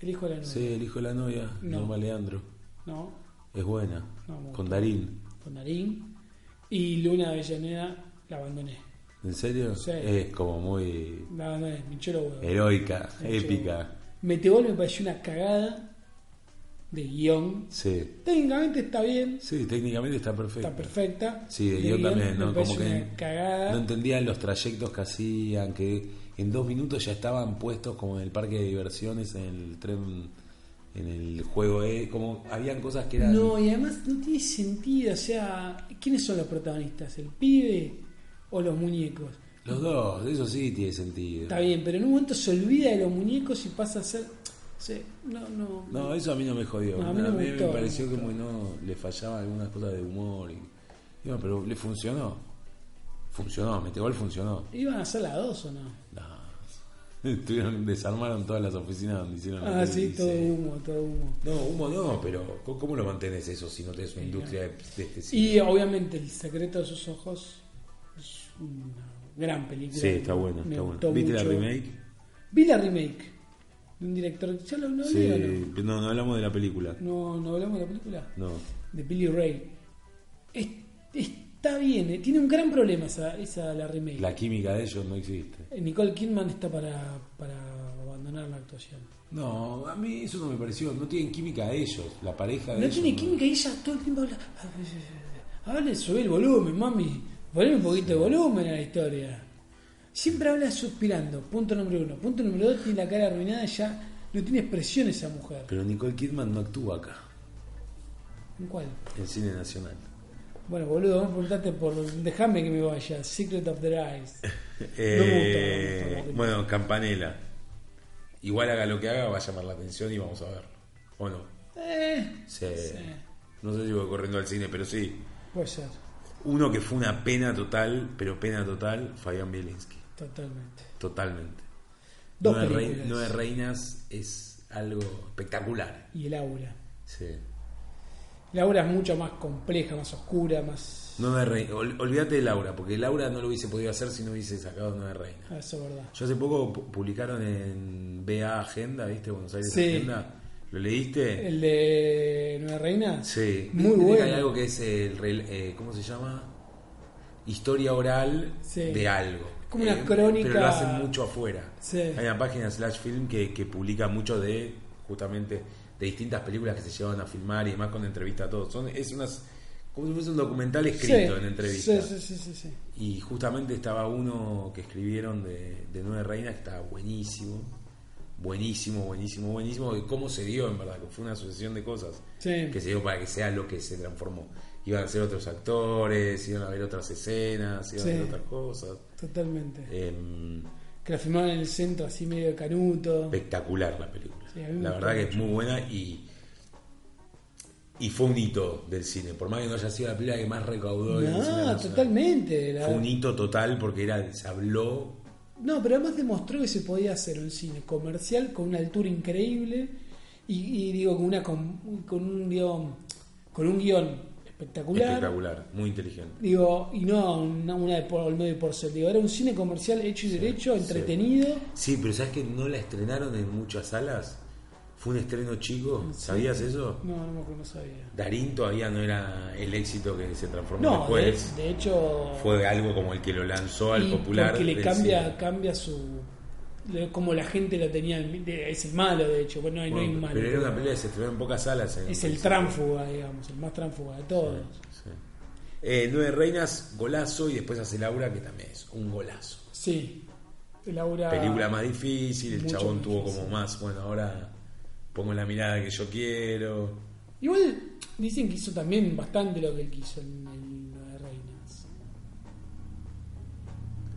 [SPEAKER 1] el hijo de la novia.
[SPEAKER 2] Sí, el hijo de la novia,
[SPEAKER 1] No.
[SPEAKER 2] Norma Leandro.
[SPEAKER 1] No,
[SPEAKER 2] Es buena.
[SPEAKER 1] No, me
[SPEAKER 2] con Darín.
[SPEAKER 1] con Darín. Y Luna Avellaneda, la abandoné.
[SPEAKER 2] ¿En serio?
[SPEAKER 1] Sí.
[SPEAKER 2] Es como muy
[SPEAKER 1] La abandoné, me hinchó los huevos.
[SPEAKER 2] heroica,
[SPEAKER 1] Me hinchó los
[SPEAKER 2] épica.
[SPEAKER 1] huevos. Metegol me pareció una cagada de guión.
[SPEAKER 2] Sí.
[SPEAKER 1] Técnicamente está bien,
[SPEAKER 2] Sí, técnicamente está perfecto.
[SPEAKER 1] está perfecta.
[SPEAKER 2] Sí,
[SPEAKER 1] De
[SPEAKER 2] yo
[SPEAKER 1] guión
[SPEAKER 2] también, ¿no?
[SPEAKER 1] Me
[SPEAKER 2] Como
[SPEAKER 1] pareció
[SPEAKER 2] que
[SPEAKER 1] una cagada.
[SPEAKER 2] no entendía los trayectos que hacían, que en dos minutos ya estaban puestos como en el parque de diversiones, en el tren, en el juego, eh, como habían cosas que eran...
[SPEAKER 1] No, y además no tiene sentido. O sea, ¿quiénes son los protagonistas? ¿El pibe o los muñecos?
[SPEAKER 2] Los dos, eso sí tiene sentido.
[SPEAKER 1] Está bien, pero en un momento se olvida de los muñecos y pasa a ser. o sea, no, no.
[SPEAKER 2] No, eso a mí no me jodió.
[SPEAKER 1] No,
[SPEAKER 2] a mí,
[SPEAKER 1] no me
[SPEAKER 2] me,
[SPEAKER 1] gustó,
[SPEAKER 2] pareció
[SPEAKER 1] no me
[SPEAKER 2] como que no le fallaban algunas cosas de humor. Y, y bueno, pero le funcionó. Funcionó, Metegol funcionó.
[SPEAKER 1] ¿Iban a ser las dos o no?
[SPEAKER 2] No. Estuvieron- desarmaron todas las oficinas donde hicieron la
[SPEAKER 1] Ah,
[SPEAKER 2] tele y
[SPEAKER 1] sí,
[SPEAKER 2] dice,
[SPEAKER 1] todo humo, todo humo.
[SPEAKER 2] No, humo no, pero ¿cómo- ¿cómo lo mantienes eso si no tenés una industria de, de este cine?
[SPEAKER 1] Y obviamente El secreto de sus ojos es una gran película.
[SPEAKER 2] Sí, está bueno,
[SPEAKER 1] Me
[SPEAKER 2] está
[SPEAKER 1] gustó
[SPEAKER 2] bueno. ¿Viste la
[SPEAKER 1] mucho.
[SPEAKER 2] remake?
[SPEAKER 1] Vi la remake de un director. ¿Ya lo no hablé
[SPEAKER 2] Sí,
[SPEAKER 1] o no?
[SPEAKER 2] no, no hablamos de la película.
[SPEAKER 1] no? ¿No hablamos de la película?
[SPEAKER 2] No.
[SPEAKER 1] de Billy Ray. Es- está bien, eh, tiene un gran problema esa, esa la remake.
[SPEAKER 2] La química de ellos no existe.
[SPEAKER 1] Eh, Nicole Kidman está para, para abandonar la actuación.
[SPEAKER 2] No, a mí eso no me pareció. No tienen química ellos, la pareja de
[SPEAKER 1] No
[SPEAKER 2] ellos.
[SPEAKER 1] tiene química y ella todo el tiempo habla. "Ah, Habla, sube el volumen, mami. Ponle un poquito de volumen a la historia. Siempre habla suspirando, punto número uno. Punto número dos, tiene la cara arruinada ya. No tiene expresión esa mujer.
[SPEAKER 2] Pero Nicole Kidman no actúa acá,
[SPEAKER 1] ¿En cuál?
[SPEAKER 2] en cine nacional.
[SPEAKER 1] Bueno, boludo, vos preguntaste por. Dejame que me vaya. Secret of the Eyes.
[SPEAKER 2] Eh,
[SPEAKER 1] No me gusta, no me gusta.
[SPEAKER 2] bueno, Campanella. Igual haga lo que haga, va a llamar la atención y vamos a verlo. ¿O no?
[SPEAKER 1] Eh,
[SPEAKER 2] Se-
[SPEAKER 1] Sí.
[SPEAKER 2] No sé si voy corriendo al cine, pero sí.
[SPEAKER 1] puede ser.
[SPEAKER 2] Uno que fue una pena total, pero pena total, Fabián Bielinski.
[SPEAKER 1] Totalmente.
[SPEAKER 2] Totalmente.
[SPEAKER 1] Dos
[SPEAKER 2] Nueve, rei-
[SPEAKER 1] películas.
[SPEAKER 2] Nueve Reinas es algo espectacular.
[SPEAKER 1] Y el aura.
[SPEAKER 2] Sí.
[SPEAKER 1] El aura es mucho más compleja, más oscura, más.
[SPEAKER 2] Nueve Reinas. Ol- olvídate de Laura, porque Laura no lo hubiese podido hacer si no hubiese sacado Nueve Reinas.
[SPEAKER 1] Ah, Eso es verdad.
[SPEAKER 2] Yo hace poco pu- publicaron en BA Agenda, ¿viste? Buenos Aires
[SPEAKER 1] Sí.
[SPEAKER 2] Agenda. ¿Lo leíste?
[SPEAKER 1] El de Nueva Reina.
[SPEAKER 2] Sí.
[SPEAKER 1] Muy
[SPEAKER 2] Viste que
[SPEAKER 1] bueno.
[SPEAKER 2] Hay algo que es el. rel- eh, ¿Cómo se llama? Historia oral
[SPEAKER 1] Sí.
[SPEAKER 2] de algo.
[SPEAKER 1] Como una
[SPEAKER 2] Eh,
[SPEAKER 1] crónica-
[SPEAKER 2] Pero lo hacen mucho afuera.
[SPEAKER 1] Sí.
[SPEAKER 2] Hay una página slash film que, que publica mucho de justamente de distintas películas que se llevan a filmar y demás con entrevista a todos. Son, es unas. como si fuese un documental escrito
[SPEAKER 1] Sí,
[SPEAKER 2] en entrevista.
[SPEAKER 1] Sí, sí, sí, sí, sí.
[SPEAKER 2] Y justamente estaba uno que escribieron de, de Nueve Reinas que estaba buenísimo, buenísimo, buenísimo, buenísimo, de cómo se dio en verdad, que fue una sucesión de cosas
[SPEAKER 1] Sí.
[SPEAKER 2] que se dio para que sea lo que se transformó. Iban a ser otros actores, iban a haber otras escenas, iban a
[SPEAKER 1] Sí.
[SPEAKER 2] haber otras cosas.
[SPEAKER 1] Totalmente.
[SPEAKER 2] Em,
[SPEAKER 1] Que la filmaron en el centro así medio de canuto.
[SPEAKER 2] espectacular la película.
[SPEAKER 1] Sí, a mí me
[SPEAKER 2] la
[SPEAKER 1] gustó
[SPEAKER 2] verdad que es muy buena y, y fue un hito del cine, por más que no haya sido la película que más recaudó en el cine
[SPEAKER 1] No,
[SPEAKER 2] nacional.
[SPEAKER 1] totalmente. la-
[SPEAKER 2] Fue un hito total porque era, se habló
[SPEAKER 1] No, pero además demostró que se podía hacer un cine comercial con una altura increíble y, y digo, con, una, con, con un guión, con un guión espectacular.
[SPEAKER 2] Espectacular, muy inteligente.
[SPEAKER 1] Digo, y no una, una de por, medio de por ser. Digo, era un cine comercial hecho y derecho, entretenido.
[SPEAKER 2] Sí, pero ¿sabes que no la estrenaron en muchas salas? Fue un estreno chico, ¿sabías eso?
[SPEAKER 1] No, no me acuerdo, no sabía.
[SPEAKER 2] Darín todavía no era el éxito que se transformó
[SPEAKER 1] No, de,
[SPEAKER 2] después.
[SPEAKER 1] de hecho.
[SPEAKER 2] Fue algo como el que lo lanzó al
[SPEAKER 1] y
[SPEAKER 2] popular.
[SPEAKER 1] Porque le
[SPEAKER 2] del
[SPEAKER 1] cambia,
[SPEAKER 2] cine.
[SPEAKER 1] cambia su. le- Como la gente lo tenía. en- de- Es el malo, de hecho. Bueno, no hay, no hay
[SPEAKER 2] Bueno,
[SPEAKER 1] malo.
[SPEAKER 2] pero era una pelea que se estrenó en pocas salas. ¿eh? en-
[SPEAKER 1] es el tránfuga, digamos, el más tránfuga de todos.
[SPEAKER 2] Sí. Eh, Nueve Reinas, golazo, y después hace Laura, que también es un golazo.
[SPEAKER 1] Sí. Laura.
[SPEAKER 2] película más difícil, el
[SPEAKER 1] Ah, Mucho
[SPEAKER 2] chabón
[SPEAKER 1] más
[SPEAKER 2] tuvo
[SPEAKER 1] difícil.
[SPEAKER 2] como más, bueno, ahora pongo la mirada que yo quiero.
[SPEAKER 1] Igual dicen que hizo también bastante lo que él quiso en, en lo de Reinas.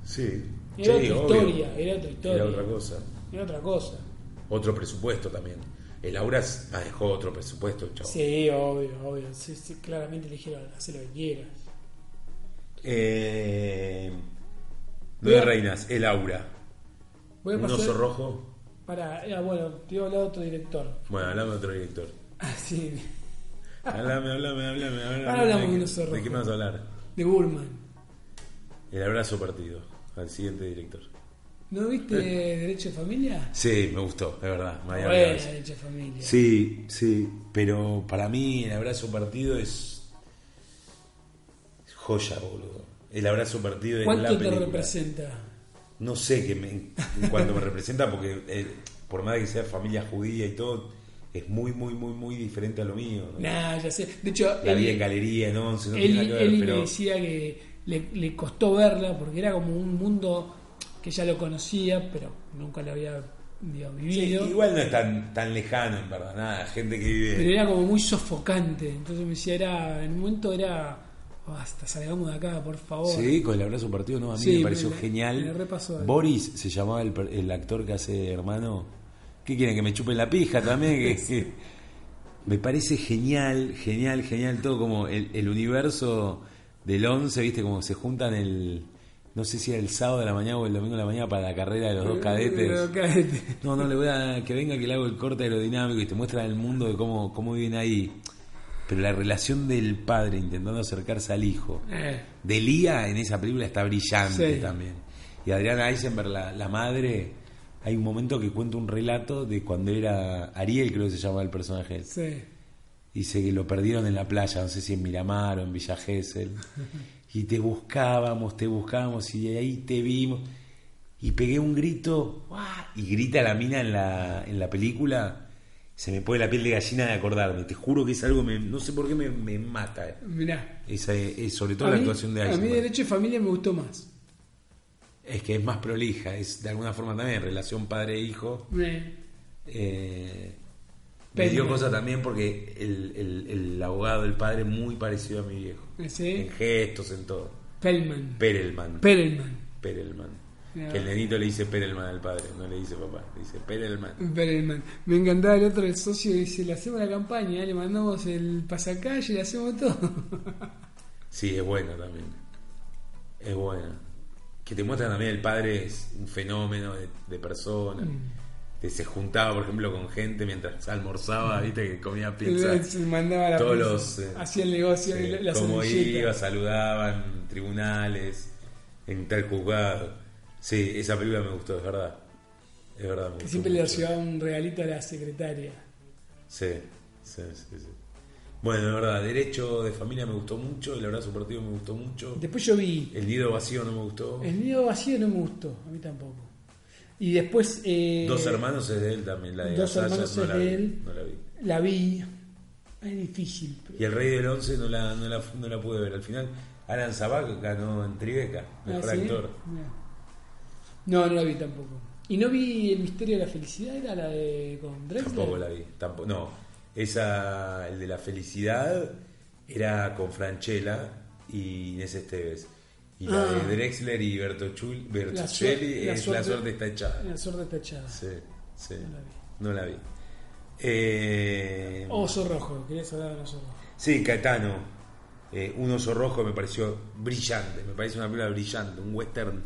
[SPEAKER 2] Sí.
[SPEAKER 1] Era
[SPEAKER 2] Sí,
[SPEAKER 1] otra
[SPEAKER 2] obvio.
[SPEAKER 1] historia, era otra historia.
[SPEAKER 2] Era otra cosa.
[SPEAKER 1] Era otra cosa.
[SPEAKER 2] Otro presupuesto también. El Auras ah, dejó otro presupuesto, chavo.
[SPEAKER 1] Sí, obvio, obvio. Sí, sí, claramente le dijeron, haz lo que quieras.
[SPEAKER 2] Eh,
[SPEAKER 1] Voy
[SPEAKER 2] Nueve
[SPEAKER 1] a-
[SPEAKER 2] Reinas, el Aura.
[SPEAKER 1] Voy a
[SPEAKER 2] Un
[SPEAKER 1] pasar.
[SPEAKER 2] oso rojo.
[SPEAKER 1] Pará, ah, bueno, te iba a hablar de otro director.
[SPEAKER 2] Bueno, hablame de otro director.
[SPEAKER 1] Ah, sí,
[SPEAKER 2] Hablame, hablame, hablame. hablame
[SPEAKER 1] Ahora hablamos de
[SPEAKER 2] ¿De
[SPEAKER 1] un
[SPEAKER 2] qué-
[SPEAKER 1] oso
[SPEAKER 2] ¿De
[SPEAKER 1] rojo.
[SPEAKER 2] qué me vas a hablar?
[SPEAKER 1] de Burman.
[SPEAKER 2] El abrazo partido al siguiente director.
[SPEAKER 1] ¿No viste Derecho de Familia?
[SPEAKER 2] Sí, me gustó, de verdad. me Eh. había
[SPEAKER 1] Buena
[SPEAKER 2] olvidado eso.
[SPEAKER 1] Derecho de Familia.
[SPEAKER 2] Sí, sí, pero para mí el abrazo partido es joya, boludo. El abrazo partido es la
[SPEAKER 1] ¿Cuánto te
[SPEAKER 2] película.
[SPEAKER 1] representa?
[SPEAKER 2] No sé qué me, en cuanto me representa, porque eh, por más que sea familia judía y todo, es muy, muy, muy, muy diferente a lo mío. ¿no?
[SPEAKER 1] Nah, ya sé. De hecho,
[SPEAKER 2] La
[SPEAKER 1] él-
[SPEAKER 2] vida en galería, en once, no tiene
[SPEAKER 1] Eli,
[SPEAKER 2] nada que ver,
[SPEAKER 1] Eli
[SPEAKER 2] pero
[SPEAKER 1] me decía que le, le costó verla porque era como un mundo que ya lo conocía, pero nunca lo había digamos,
[SPEAKER 2] Sí,
[SPEAKER 1] vivido.
[SPEAKER 2] igual no es tan, tan lejano, en verdad, nada, gente que vive...
[SPEAKER 1] pero era como muy sofocante. Entonces me decía, era, en un momento era, "Oh, hasta salgamos de acá, por favor.
[SPEAKER 2] Sí, con el abrazo partido, no, a mí
[SPEAKER 1] Sí,
[SPEAKER 2] me
[SPEAKER 1] me
[SPEAKER 2] pareció
[SPEAKER 1] la-
[SPEAKER 2] genial.
[SPEAKER 1] me la repasó.
[SPEAKER 2] Boris se llamaba el, per- el actor que hace hermano. ¿Qué quieren? Que me chupen la pija también. Que- que- Me parece genial, genial, genial todo como el, el universo del 11, viste, como se juntan el, no sé si era el sábado de la mañana o el domingo de la mañana para la carrera de los
[SPEAKER 1] Eh,
[SPEAKER 2] dos
[SPEAKER 1] Los
[SPEAKER 2] cadetes.
[SPEAKER 1] cadetes.
[SPEAKER 2] No, no, le voy a que venga que le hago el corte aerodinámico y te muestra el mundo de cómo, cómo viven ahí. Pero la relación del padre intentando acercarse al hijo.
[SPEAKER 1] Eh,
[SPEAKER 2] De Lía en esa película está brillante
[SPEAKER 1] Sí.
[SPEAKER 2] también. Y Adriana Eisenberg, la, la madre, hay un momento que cuenta un relato de cuando era Ariel, creo que se llamaba el personaje.
[SPEAKER 1] sí.
[SPEAKER 2] Dice que lo perdieron en la playa, no sé si en Miramar o en Villa Gesell. Y te buscábamos, te buscábamos y ahí te vimos. Y pegué un grito, ¡guau! y grita la mina en la, en la película. Se me pone la piel de gallina de acordarme. Te juro que es algo, me- no sé por qué me, me mata. eh.
[SPEAKER 1] Mirá.
[SPEAKER 2] Esa es- es sobre todo la
[SPEAKER 1] a mí,
[SPEAKER 2] actuación de
[SPEAKER 1] a mí
[SPEAKER 2] Eisenberg.
[SPEAKER 1] Derecho y Familia me gustó más.
[SPEAKER 2] Es que es más prolija, es de alguna forma también relación padre-hijo.
[SPEAKER 1] Me-
[SPEAKER 2] Eh, me
[SPEAKER 1] Pero-
[SPEAKER 2] dio cosa también porque el, el- el abogado del padre muy parecido a mi viejo.
[SPEAKER 1] ¿Sí?
[SPEAKER 2] En gestos, en todo.
[SPEAKER 1] Perelman.
[SPEAKER 2] Perelman.
[SPEAKER 1] Perelman.
[SPEAKER 2] Perelman.
[SPEAKER 1] Mirá.
[SPEAKER 2] Que el nenito le dice Perelman al padre, no le dice papá, le dice Perelman.
[SPEAKER 1] Perelman. Me encantaba el otro, el socio, dice, le hacemos la campaña, eh, le mandamos el pasacalle, le hacemos todo.
[SPEAKER 2] Sí, es bueno también. Es bueno. Que te muestra también el padre es un fenómeno de, de persona.
[SPEAKER 1] Mm.
[SPEAKER 2] Que se juntaba, por ejemplo, con gente mientras almorzaba, viste que comía pizza.
[SPEAKER 1] Se mandaba la
[SPEAKER 2] Todos
[SPEAKER 1] pizza.
[SPEAKER 2] los, eh,
[SPEAKER 1] Hacía el negocio,
[SPEAKER 2] Sí,
[SPEAKER 1] la
[SPEAKER 2] como
[SPEAKER 1] servilleta.
[SPEAKER 2] iba, saludaban, tribunales, en tal juzgado. Sí, esa película me gustó, es verdad. Es verdad, me
[SPEAKER 1] Que
[SPEAKER 2] gustó
[SPEAKER 1] siempre le
[SPEAKER 2] mucho.
[SPEAKER 1] llevaba un regalito a la secretaria.
[SPEAKER 2] Sí, sí, sí, sí. Bueno, es verdad, Derecho de Familia me gustó mucho, la verdad su partido me gustó mucho.
[SPEAKER 1] Después yo vi
[SPEAKER 2] El Nido Vacío no me gustó.
[SPEAKER 1] El nido vacío no me gustó, a mí tampoco. Y después... eh,
[SPEAKER 2] Dos hermanos es de él también, la de
[SPEAKER 1] Dos
[SPEAKER 2] Asaya,
[SPEAKER 1] hermanos
[SPEAKER 2] no
[SPEAKER 1] es
[SPEAKER 2] la
[SPEAKER 1] de
[SPEAKER 2] vi,
[SPEAKER 1] él.
[SPEAKER 2] no la vi.
[SPEAKER 1] La vi. Es difícil. pero-
[SPEAKER 2] Y el Rey del Once no la, no la, no la pude ver. Al final, Alan Zabak ganó en Tribeca, mejor
[SPEAKER 1] Ah, ¿sí?
[SPEAKER 2] actor.
[SPEAKER 1] Mirá. No, no la vi tampoco. Y no vi El misterio de la felicidad, era la de con Drexler.
[SPEAKER 2] Tampoco la vi, tampoco, no. Esa, el de la felicidad, era con Franchella y Inés Esteves. Y la
[SPEAKER 1] Ah.
[SPEAKER 2] de Drexler y Bertochul- Bertocelli
[SPEAKER 1] la
[SPEAKER 2] es
[SPEAKER 1] suerte-
[SPEAKER 2] La suerte está echada.
[SPEAKER 1] La sorda tachada.
[SPEAKER 2] Sí, sí.
[SPEAKER 1] No la vi.
[SPEAKER 2] No la vi. Eh,
[SPEAKER 1] Oso rojo, querías hablar de oso rojo.
[SPEAKER 2] Sí, Caetano. eh, un oso rojo me pareció brillante. Me parece una película brillante. Un western.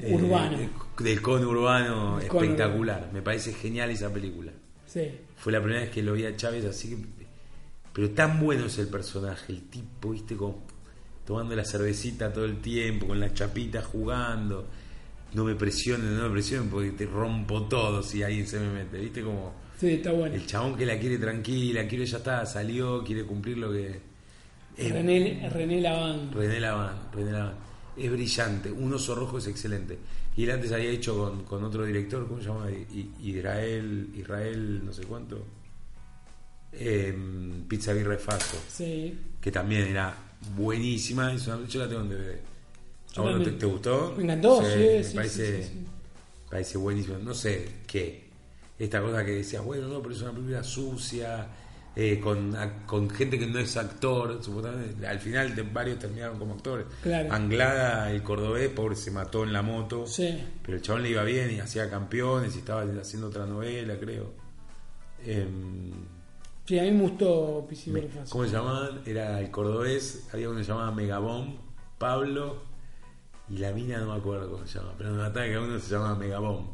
[SPEAKER 2] eh,
[SPEAKER 1] Urbano.
[SPEAKER 2] de- Del conurbano
[SPEAKER 1] Del conurbano.
[SPEAKER 2] espectacular. Me parece genial esa película.
[SPEAKER 1] Sí.
[SPEAKER 2] Fue la primera vez que lo vi a Chávez, así que. Pero tan bueno es el personaje, el tipo, viste, con, tomando la cervecita todo el tiempo, con las chapitas jugando. No me presionen, no me presionen porque te rompo todo si alguien se me mete, viste, como
[SPEAKER 1] Sí, está bueno.
[SPEAKER 2] el chabón que la quiere tranquila, quiere ya está, salió, quiere cumplir lo que. Es-
[SPEAKER 1] René, René Laván.
[SPEAKER 2] René Laván, René Laván. Es brillante, un oso rojo es excelente. Y él antes había hecho con, con otro director, ¿cómo se llama? I- I- Israel, Israel, no sé cuánto. Em, Pizza Birra y Faso,
[SPEAKER 1] Sí.
[SPEAKER 2] que también era buenísima. Es una- yo la tengo en DVD.
[SPEAKER 1] Yo
[SPEAKER 2] ¿A vos no te,
[SPEAKER 1] también.
[SPEAKER 2] te gustó?
[SPEAKER 1] Me encantó, sí,
[SPEAKER 2] me
[SPEAKER 1] sí, sí,
[SPEAKER 2] parece,
[SPEAKER 1] sí, sí.
[SPEAKER 2] parece buenísimo. No sé qué. Esta cosa que decías, bueno, no, pero es una película sucia, eh, con, a- con gente que no es actor. Supuestamente, al final te- varios terminaron como actores.
[SPEAKER 1] Claro.
[SPEAKER 2] Anglada, el cordobés, pobre, se mató en la moto.
[SPEAKER 1] Sí.
[SPEAKER 2] Pero el chabón le iba bien y hacía campeones y estaba haciendo otra novela, creo. Em,
[SPEAKER 1] Sí, a mí me gustó Pisi
[SPEAKER 2] me-
[SPEAKER 1] Belfast.
[SPEAKER 2] ¿Cómo se llamaban? Era el cordobés, había uno que se llamaba Megabomb, Pablo, y la mina no me acuerdo cómo se llama, pero me mataba que uno se llamaba Megabomb.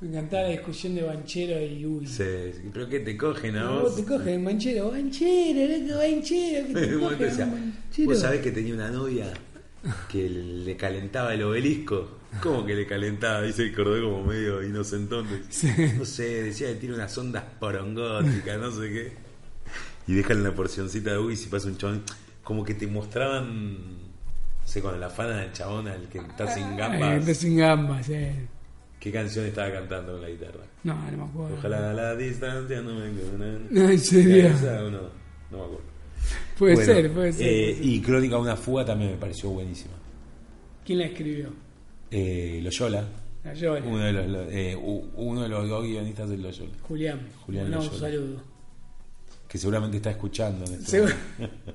[SPEAKER 1] Me encantaba la discusión de Banchero y Ubi.
[SPEAKER 2] Se- ¿Pero qué te cogen a
[SPEAKER 1] No,
[SPEAKER 2] vos?
[SPEAKER 1] te coges Banchero, Banchero, loco, Banchero, que te
[SPEAKER 2] Un momento
[SPEAKER 1] coges,
[SPEAKER 2] decía,
[SPEAKER 1] Banchero.
[SPEAKER 2] Vos Pues sabés que tenía una novia que le calentaba el obelisco. ¿Cómo que le calentaba? Dice el cordobés como medio inocentón. No sé, decía que tiene unas ondas porongóticas, no sé qué. Y dejan la porcioncita de uy si pasa un chabón. Como que te mostraban, no sé, cuando la fana del chabón, al que está sin
[SPEAKER 1] Ay, está
[SPEAKER 2] gambas,
[SPEAKER 1] sin gambas, eh.
[SPEAKER 2] qué canción estaba cantando con la guitarra.
[SPEAKER 1] No, no me acuerdo.
[SPEAKER 2] Ojalá a la distancia no me encuentren.
[SPEAKER 1] No, en serio.
[SPEAKER 2] Esa o no, no me acuerdo.
[SPEAKER 1] Puede
[SPEAKER 2] Bueno,
[SPEAKER 1] ser, puede ser.
[SPEAKER 2] eh,
[SPEAKER 1] puede ser.
[SPEAKER 2] Y Crónica de una fuga también me pareció buenísima.
[SPEAKER 1] ¿Quién la escribió?
[SPEAKER 2] Eh, Loyola,
[SPEAKER 1] La Yola.
[SPEAKER 2] uno de los, lo- eh, u- uno de los dos guionistas del Loyola,
[SPEAKER 1] Julián.
[SPEAKER 2] Julián
[SPEAKER 1] No, un
[SPEAKER 2] Loyola.
[SPEAKER 1] saludo.
[SPEAKER 2] que seguramente está escuchando. en este
[SPEAKER 1] Seguro.
[SPEAKER 2] momento.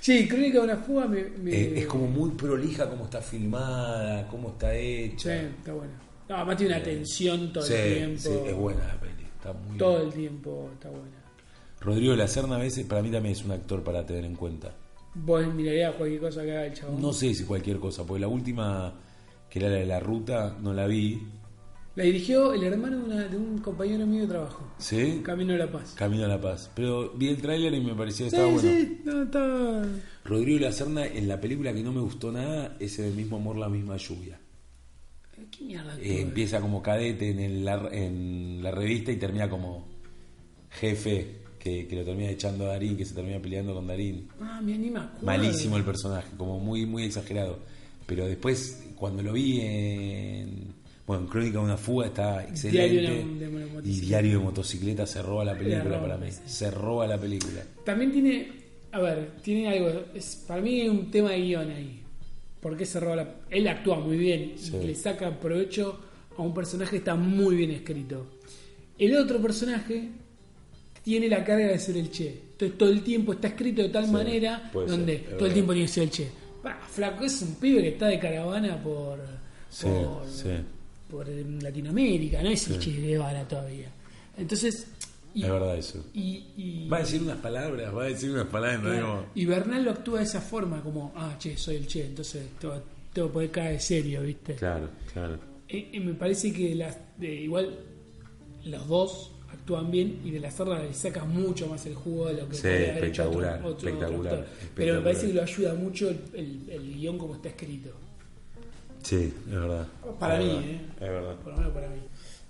[SPEAKER 1] Sí, Crónica de una fuga me... me-
[SPEAKER 2] Eh, es como muy prolija cómo está filmada, cómo está
[SPEAKER 1] Sí,
[SPEAKER 2] hecha.
[SPEAKER 1] está bueno. No, además tiene una tensión todo
[SPEAKER 2] Sí,
[SPEAKER 1] el tiempo.
[SPEAKER 2] sí, es buena la peli, está muy
[SPEAKER 1] Todo
[SPEAKER 2] bien.
[SPEAKER 1] el tiempo está buena.
[SPEAKER 2] Rodrigo de la Serna a veces para mí también es un actor para tener en cuenta.
[SPEAKER 1] Vos mirarías cualquier cosa que haga el chabón.
[SPEAKER 2] No sé si cualquier cosa, porque la última, que era la de la ruta, no la vi.
[SPEAKER 1] La dirigió el hermano de, una- de un compañero mío de trabajo.
[SPEAKER 2] ¿Sí?
[SPEAKER 1] Camino a la Paz.
[SPEAKER 2] Camino a la Paz. Pero vi el tráiler y me parecía que
[SPEAKER 1] Sí,
[SPEAKER 2] estaba bueno.
[SPEAKER 1] sí, no, está.
[SPEAKER 2] Rodrigo Lacerna en la película que no me gustó nada es el mismo amor, la misma lluvia.
[SPEAKER 1] ¿Qué mierda?
[SPEAKER 2] Eh, empieza como cadete en, el- la, en la revista y termina como jefe, que, que lo termina echando a Darín, que se termina peleando con Darín.
[SPEAKER 1] Ah, mira, ni me acuerdo.
[SPEAKER 2] Malísimo el personaje, como muy, muy exagerado. Pero después, cuando lo vi en. Bueno, en Crónica de una fuga está excelente.
[SPEAKER 1] Diario de- de motocicleta.
[SPEAKER 2] y Diario de motocicleta se roba la película
[SPEAKER 1] roba,
[SPEAKER 2] para mí.
[SPEAKER 1] sí.
[SPEAKER 2] Se roba la película.
[SPEAKER 1] También tiene. A ver, tiene algo. Es, para mí hay un tema de guión ahí. Porque se roba la. Él actúa muy bien.
[SPEAKER 2] Sí.
[SPEAKER 1] Le saca provecho a un personaje que está muy bien escrito. El otro personaje tiene la carga de ser el che. Entonces todo el tiempo está escrito de tal
[SPEAKER 2] Sí,
[SPEAKER 1] manera
[SPEAKER 2] puede ser,
[SPEAKER 1] donde
[SPEAKER 2] es
[SPEAKER 1] todo el
[SPEAKER 2] verdad.
[SPEAKER 1] tiempo tiene que ser el che. Bah, flaco, es un pibe que está de caravana por.
[SPEAKER 2] Sí,
[SPEAKER 1] por-
[SPEAKER 2] sí.
[SPEAKER 1] por eh, Latinoamérica, no es el Che Guevara todavía. Entonces, y,
[SPEAKER 2] Es verdad eso.
[SPEAKER 1] y, y-
[SPEAKER 2] Va a decir unas palabras, va a decir unas palabras. ¿no? Como-
[SPEAKER 1] y Bernal lo actúa de esa forma, como, ah, che, soy el Che, entonces tengo, tengo que poder caer de serio, ¿viste?
[SPEAKER 2] Claro, claro.
[SPEAKER 1] Eh, eh, me parece que las, de- igual los dos actúan bien y de la Serra le saca mucho más el jugo de lo que
[SPEAKER 2] Sí,
[SPEAKER 1] podría haber hecho
[SPEAKER 2] espectacular,
[SPEAKER 1] actor.
[SPEAKER 2] espectacular,
[SPEAKER 1] Pero me
[SPEAKER 2] espectacular.
[SPEAKER 1] parece que lo ayuda mucho el, el- el guión como está escrito.
[SPEAKER 2] Sí, es verdad.
[SPEAKER 1] Para
[SPEAKER 2] Es
[SPEAKER 1] mí,
[SPEAKER 2] verdad,
[SPEAKER 1] ¿eh?
[SPEAKER 2] Es verdad.
[SPEAKER 1] Por lo menos para mí.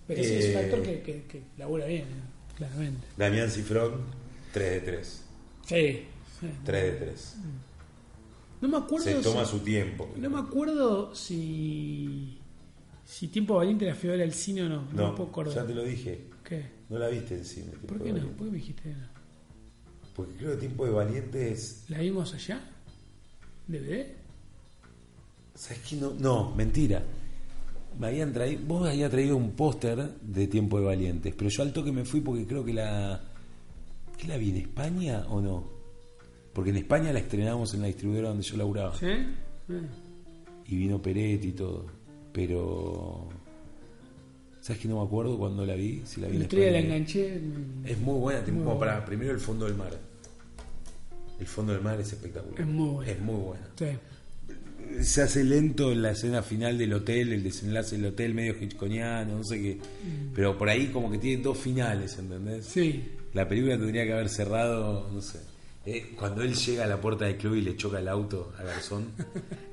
[SPEAKER 1] Pero sí, es un
[SPEAKER 2] Eh.
[SPEAKER 1] actor que, que, que labura bien, ¿eh? claramente.
[SPEAKER 2] Damián Cifrón, 3 de 3.
[SPEAKER 1] Sí. sí.
[SPEAKER 2] 3 de 3.
[SPEAKER 1] No me acuerdo.
[SPEAKER 2] Se
[SPEAKER 1] si-
[SPEAKER 2] toma su tiempo.
[SPEAKER 1] No me acuerdo si. Si Tiempo Valiente la fui a ver al cine o no. No, me puedo
[SPEAKER 2] No,
[SPEAKER 1] acordar.
[SPEAKER 2] ya te lo dije.
[SPEAKER 1] ¿Qué?
[SPEAKER 2] No la viste en cine. Tiempo
[SPEAKER 1] ¿Por
[SPEAKER 2] de
[SPEAKER 1] qué no?
[SPEAKER 2] Valiente.
[SPEAKER 1] ¿Por qué me dijiste que no?
[SPEAKER 2] Porque creo que Tiempo de Valiente es...
[SPEAKER 1] ¿La vimos allá? ¿DVD?
[SPEAKER 2] ¿Sabes qué? No, no mentira. Me habían traído, vos habías traído un póster de Tiempo de Valientes, pero yo al toque me fui porque creo que la... ¿Qué la vi en España o no? Porque en España la estrenamos en la distribuidora donde yo laburaba.
[SPEAKER 1] ¿Sí? Eh.
[SPEAKER 2] y vino Peretti y todo. Pero. ¿Sabes que no me acuerdo cuando la vi? Si la vi
[SPEAKER 1] El
[SPEAKER 2] en
[SPEAKER 1] otro día la
[SPEAKER 2] España.
[SPEAKER 1] enganché. mm,
[SPEAKER 2] Es muy buena, tipo,
[SPEAKER 1] Muy
[SPEAKER 2] como
[SPEAKER 1] buena.
[SPEAKER 2] para primero el fondo del mar. El fondo del mar es espectacular.
[SPEAKER 1] Es muy buena.
[SPEAKER 2] Es muy buena.
[SPEAKER 1] Sí.
[SPEAKER 2] Se hace lento en la escena final del hotel, el desenlace del hotel medio hitchconiano, no sé qué. Pero por ahí como que tiene dos finales, ¿entendés?
[SPEAKER 1] Mm. Sí.
[SPEAKER 2] La película tendría que haber cerrado, no sé. Eh, cuando él llega a la puerta del club y le choca el auto a Garzón,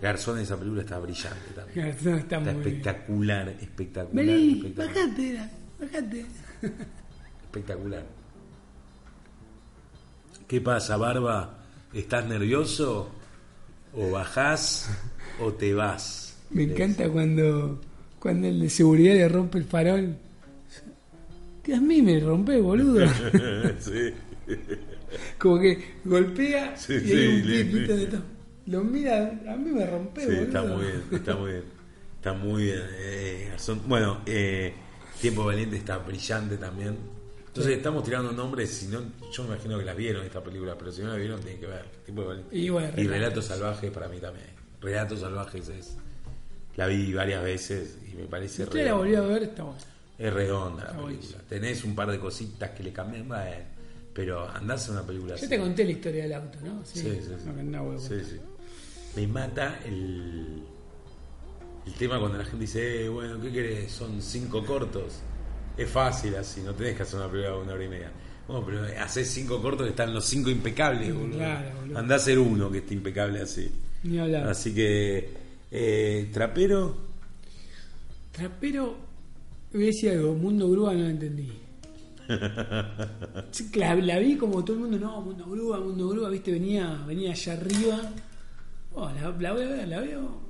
[SPEAKER 2] Garzón en esa película está brillante también.
[SPEAKER 1] Está, está
[SPEAKER 2] Está
[SPEAKER 1] muy bien.
[SPEAKER 2] espectacular, espectacular,
[SPEAKER 1] Vení,
[SPEAKER 2] espectacular,
[SPEAKER 1] bajate, era, bajate.
[SPEAKER 2] espectacular. ¿Qué pasa, Barba? ¿Estás nervioso? ¿O bajás o te vas?
[SPEAKER 1] Me encanta cuando, cuando el de seguridad le rompe el farol. Que a mí me rompe, boludo.
[SPEAKER 2] sí.
[SPEAKER 1] Como que golpea
[SPEAKER 2] Sí,
[SPEAKER 1] y
[SPEAKER 2] sí,
[SPEAKER 1] hay un
[SPEAKER 2] le-
[SPEAKER 1] clip, ¿viste? donde está- Lo mira, a mí me rompe,
[SPEAKER 2] Sí,
[SPEAKER 1] boludo.
[SPEAKER 2] está muy bien, está muy bien. Está muy bien. eh, Garzón. Bueno, eh, Tiempo Valiente está brillante también. Entonces estamos tirando nombres, si no, yo me imagino que las vieron estas películas, pero si no las vieron tienen que ver. Tiempo Valiente.
[SPEAKER 1] Y bueno,
[SPEAKER 2] Y Relatos Salvajes para mí también. Relatos Salvajes es... La vi varias veces y me
[SPEAKER 1] Si
[SPEAKER 2] parece
[SPEAKER 1] usted la volvió a ver, está bueno.
[SPEAKER 2] es redonda la
[SPEAKER 1] Está
[SPEAKER 2] película. Tenés un par de cositas que le cambian, bueno, pero andarse a una película
[SPEAKER 1] Yo
[SPEAKER 2] así...
[SPEAKER 1] te conté la historia del auto, ¿no?
[SPEAKER 2] Sí, sí, sí.
[SPEAKER 1] No, que no, huevo.
[SPEAKER 2] Sí, sí. Me mata el, el tema cuando la gente dice, "Eh, bueno, ¿qué querés? Son cinco cortos. Es fácil así, no tenés que hacer una película de una hora y media. Bueno, pero haces cinco cortos que están los cinco impecables, boludo.
[SPEAKER 1] Claro, boludo.
[SPEAKER 2] Andá a hacer uno que esté impecable así.
[SPEAKER 1] Ni hablar.
[SPEAKER 2] Así que, eh, trapero,
[SPEAKER 1] Trapero, voy a decir algo, Mundo Grúa no lo entendí. Sí, la, la vi como todo el mundo, no, Mundo Grúa, Mundo Grúa, viste, venía, venía allá arriba. Oh, la, la voy a ver, la veo.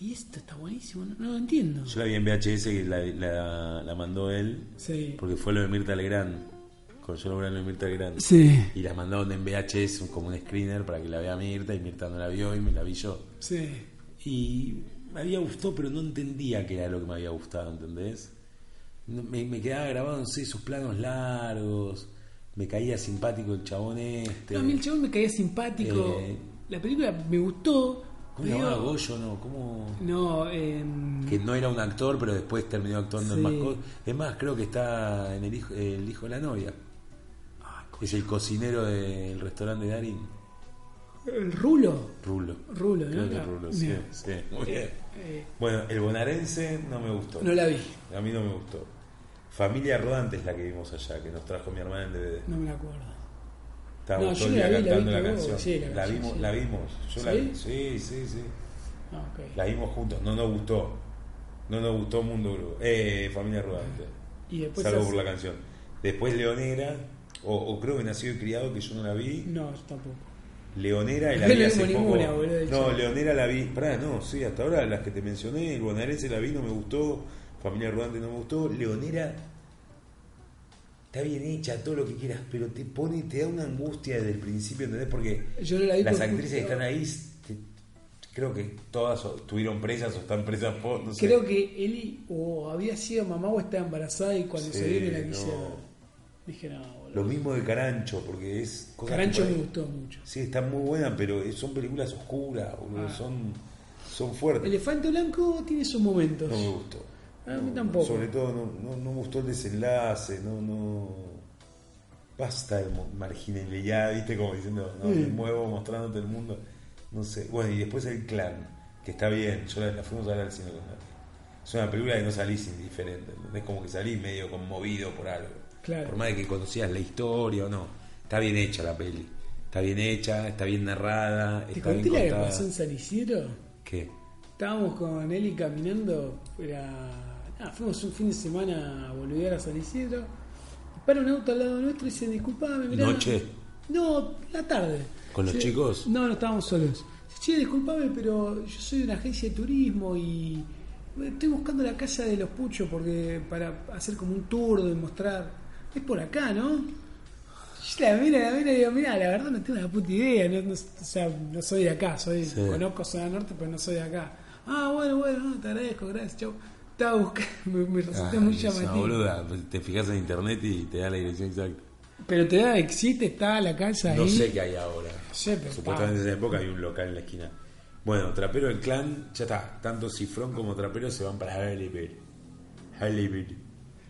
[SPEAKER 1] Y esto está buenísimo, no, no lo entiendo.
[SPEAKER 2] yo la vi en VHS que la, la- la mandó él,
[SPEAKER 1] Sí.
[SPEAKER 2] porque fue lo de Mirta Legrand. Con yo lo de Mirta Legrand.
[SPEAKER 1] Sí,
[SPEAKER 2] Y la mandaron en VHS como un screener para que la vea Mirta y Mirta no la vio y me la vi yo.
[SPEAKER 1] sí.
[SPEAKER 2] Y me había gustado, pero no entendía que era lo que me había gustado, ¿entendés? No- Me, me quedaba grabado, no sé, esos planos largos, me caía simpático el chabón este.
[SPEAKER 1] No, a mí el chabón me caía simpático.
[SPEAKER 2] Eh.
[SPEAKER 1] La película me gustó.
[SPEAKER 2] ¿Cómo
[SPEAKER 1] pero-
[SPEAKER 2] llamaba Goyo, no? ¿Cómo?
[SPEAKER 1] No, em,
[SPEAKER 2] Que no era un actor, pero después terminó actuando en
[SPEAKER 1] Sí.
[SPEAKER 2] más cosas. Es más, creo que está en El Hijo, el
[SPEAKER 1] Ah,
[SPEAKER 2] hijo de la Novia. Es el cocinero del restaurante de Darín.
[SPEAKER 1] El rulo.
[SPEAKER 2] Rulo.
[SPEAKER 1] Rulo,
[SPEAKER 2] Creo
[SPEAKER 1] ¿no?
[SPEAKER 2] que
[SPEAKER 1] Claro.
[SPEAKER 2] Rulo, sí,
[SPEAKER 1] Bien.
[SPEAKER 2] sí, muy bien.
[SPEAKER 1] Eh,
[SPEAKER 2] Bueno, el bonaerense no me gustó.
[SPEAKER 1] no la vi,
[SPEAKER 2] A mí no me gustó. Familia Rodante es la que vimos allá, que nos trajo mi hermana en DVD.
[SPEAKER 1] no me la acuerdo.
[SPEAKER 2] Estábamos
[SPEAKER 1] No,
[SPEAKER 2] todo el
[SPEAKER 1] yo la
[SPEAKER 2] día
[SPEAKER 1] vi, la
[SPEAKER 2] cantando
[SPEAKER 1] vi
[SPEAKER 2] la,
[SPEAKER 1] con vos,
[SPEAKER 2] canción.
[SPEAKER 1] sí, la
[SPEAKER 2] la,
[SPEAKER 1] canción,
[SPEAKER 2] vimos,
[SPEAKER 1] sí.
[SPEAKER 2] la vimos. Yo la
[SPEAKER 1] ¿Sí?
[SPEAKER 2] vi. Sí, sí, sí.
[SPEAKER 1] Ah, ok.
[SPEAKER 2] La vimos juntos. No nos gustó. No nos gustó Mundo Grupo. Eh, Familia Rodante.
[SPEAKER 1] Y después
[SPEAKER 2] salvo
[SPEAKER 1] hace-
[SPEAKER 2] por la canción. Después Leonera, o, o creo que nacido y criado, que yo no la vi.
[SPEAKER 1] No, yo tampoco.
[SPEAKER 2] Leonera la
[SPEAKER 1] No
[SPEAKER 2] vi
[SPEAKER 1] la
[SPEAKER 2] hace
[SPEAKER 1] vimos
[SPEAKER 2] poco.
[SPEAKER 1] ninguna, boludo, de
[SPEAKER 2] no,
[SPEAKER 1] hecho.
[SPEAKER 2] Leonera la vi. Pará, no, sí, hasta ahora las que te mencioné, el bonaerense la vi, no me gustó. Familia Rodante no me gustó. Leonera está bien hecha, todo lo que quieras, pero te pone, te da una angustia desde el principio, ¿entendés? Porque
[SPEAKER 1] Yo no la vi
[SPEAKER 2] las
[SPEAKER 1] por-
[SPEAKER 2] actrices que están ahí, te- creo que todas o estuvieron presas o están presas por. No sé.
[SPEAKER 1] Creo que Eli o había sido mamá o estaba embarazada y cuando
[SPEAKER 2] Sí,
[SPEAKER 1] se vio la quise.
[SPEAKER 2] no.
[SPEAKER 1] Dije, no, boludo.
[SPEAKER 2] Lo mismo de Carancho, porque es. cosa
[SPEAKER 1] Carancho
[SPEAKER 2] que-
[SPEAKER 1] me gustó mucho.
[SPEAKER 2] Sí, está muy buena, pero es- son películas oscuras, boludo,
[SPEAKER 1] Ah.
[SPEAKER 2] son, son fuertes.
[SPEAKER 1] Elefante Blanco tiene sus momentos.
[SPEAKER 2] No me gustó.
[SPEAKER 1] A mí
[SPEAKER 2] No,
[SPEAKER 1] tampoco.
[SPEAKER 2] Sobre todo no, no, no me gustó el desenlace, no, no. Basta de mo- marginalidad, viste, como diciendo, no, me muevo mostrándote el mundo. No sé. Bueno, y después el clan, que está bien, yo la, la fuimos a ver al cine con Nati. Es una película que no salís indiferente, es como que salís medio conmovido por algo.
[SPEAKER 1] Claro.
[SPEAKER 2] Por más de que conocías la historia o no. Está bien hecha la peli. Está bien hecha, está bien narrada,
[SPEAKER 1] ¿Te
[SPEAKER 2] está bien
[SPEAKER 1] conté la que
[SPEAKER 2] contada.
[SPEAKER 1] pasó en San Isidro?
[SPEAKER 2] ¿Qué?
[SPEAKER 1] Estábamos con Eli caminando, era. nada, fuimos un fin de semana a volver a San Isidro. Y Para un auto al lado nuestro y dicen, disculpame, mirá.
[SPEAKER 2] ¿Noche?
[SPEAKER 1] No, la tarde.
[SPEAKER 2] ¿Con los
[SPEAKER 1] Sí.
[SPEAKER 2] chicos?
[SPEAKER 1] No, no estábamos solos. Dice, Che, disculpame, pero yo soy de una agencia de turismo y estoy buscando la casa de los puchos porque para hacer como un tour de mostrar. Es por acá, ¿no? Yo la miro, la miro y digo, mira, la verdad no tengo la puta idea, no, no- o sea, no soy de acá, soy,
[SPEAKER 2] Sí.
[SPEAKER 1] conozco Zona Norte, pero no soy de acá. Ah, bueno, bueno, ah, te agradezco, gracias, chau. Estaba buscando, me, me resultó
[SPEAKER 2] Ah,
[SPEAKER 1] muy
[SPEAKER 2] es una
[SPEAKER 1] llamativo.
[SPEAKER 2] boluda, pues, te fijas en internet y te da la dirección exacta.
[SPEAKER 1] Pero te da, existe, está la casa
[SPEAKER 2] No
[SPEAKER 1] ahí.
[SPEAKER 2] sé qué hay ahora.
[SPEAKER 1] Sí, pero
[SPEAKER 2] Supuestamente en esa época hay un local en la esquina. Bueno, Trapero del Clan, ya está. Tanto Cifrón como Trapero se van para Halle Berry. Halle Berry.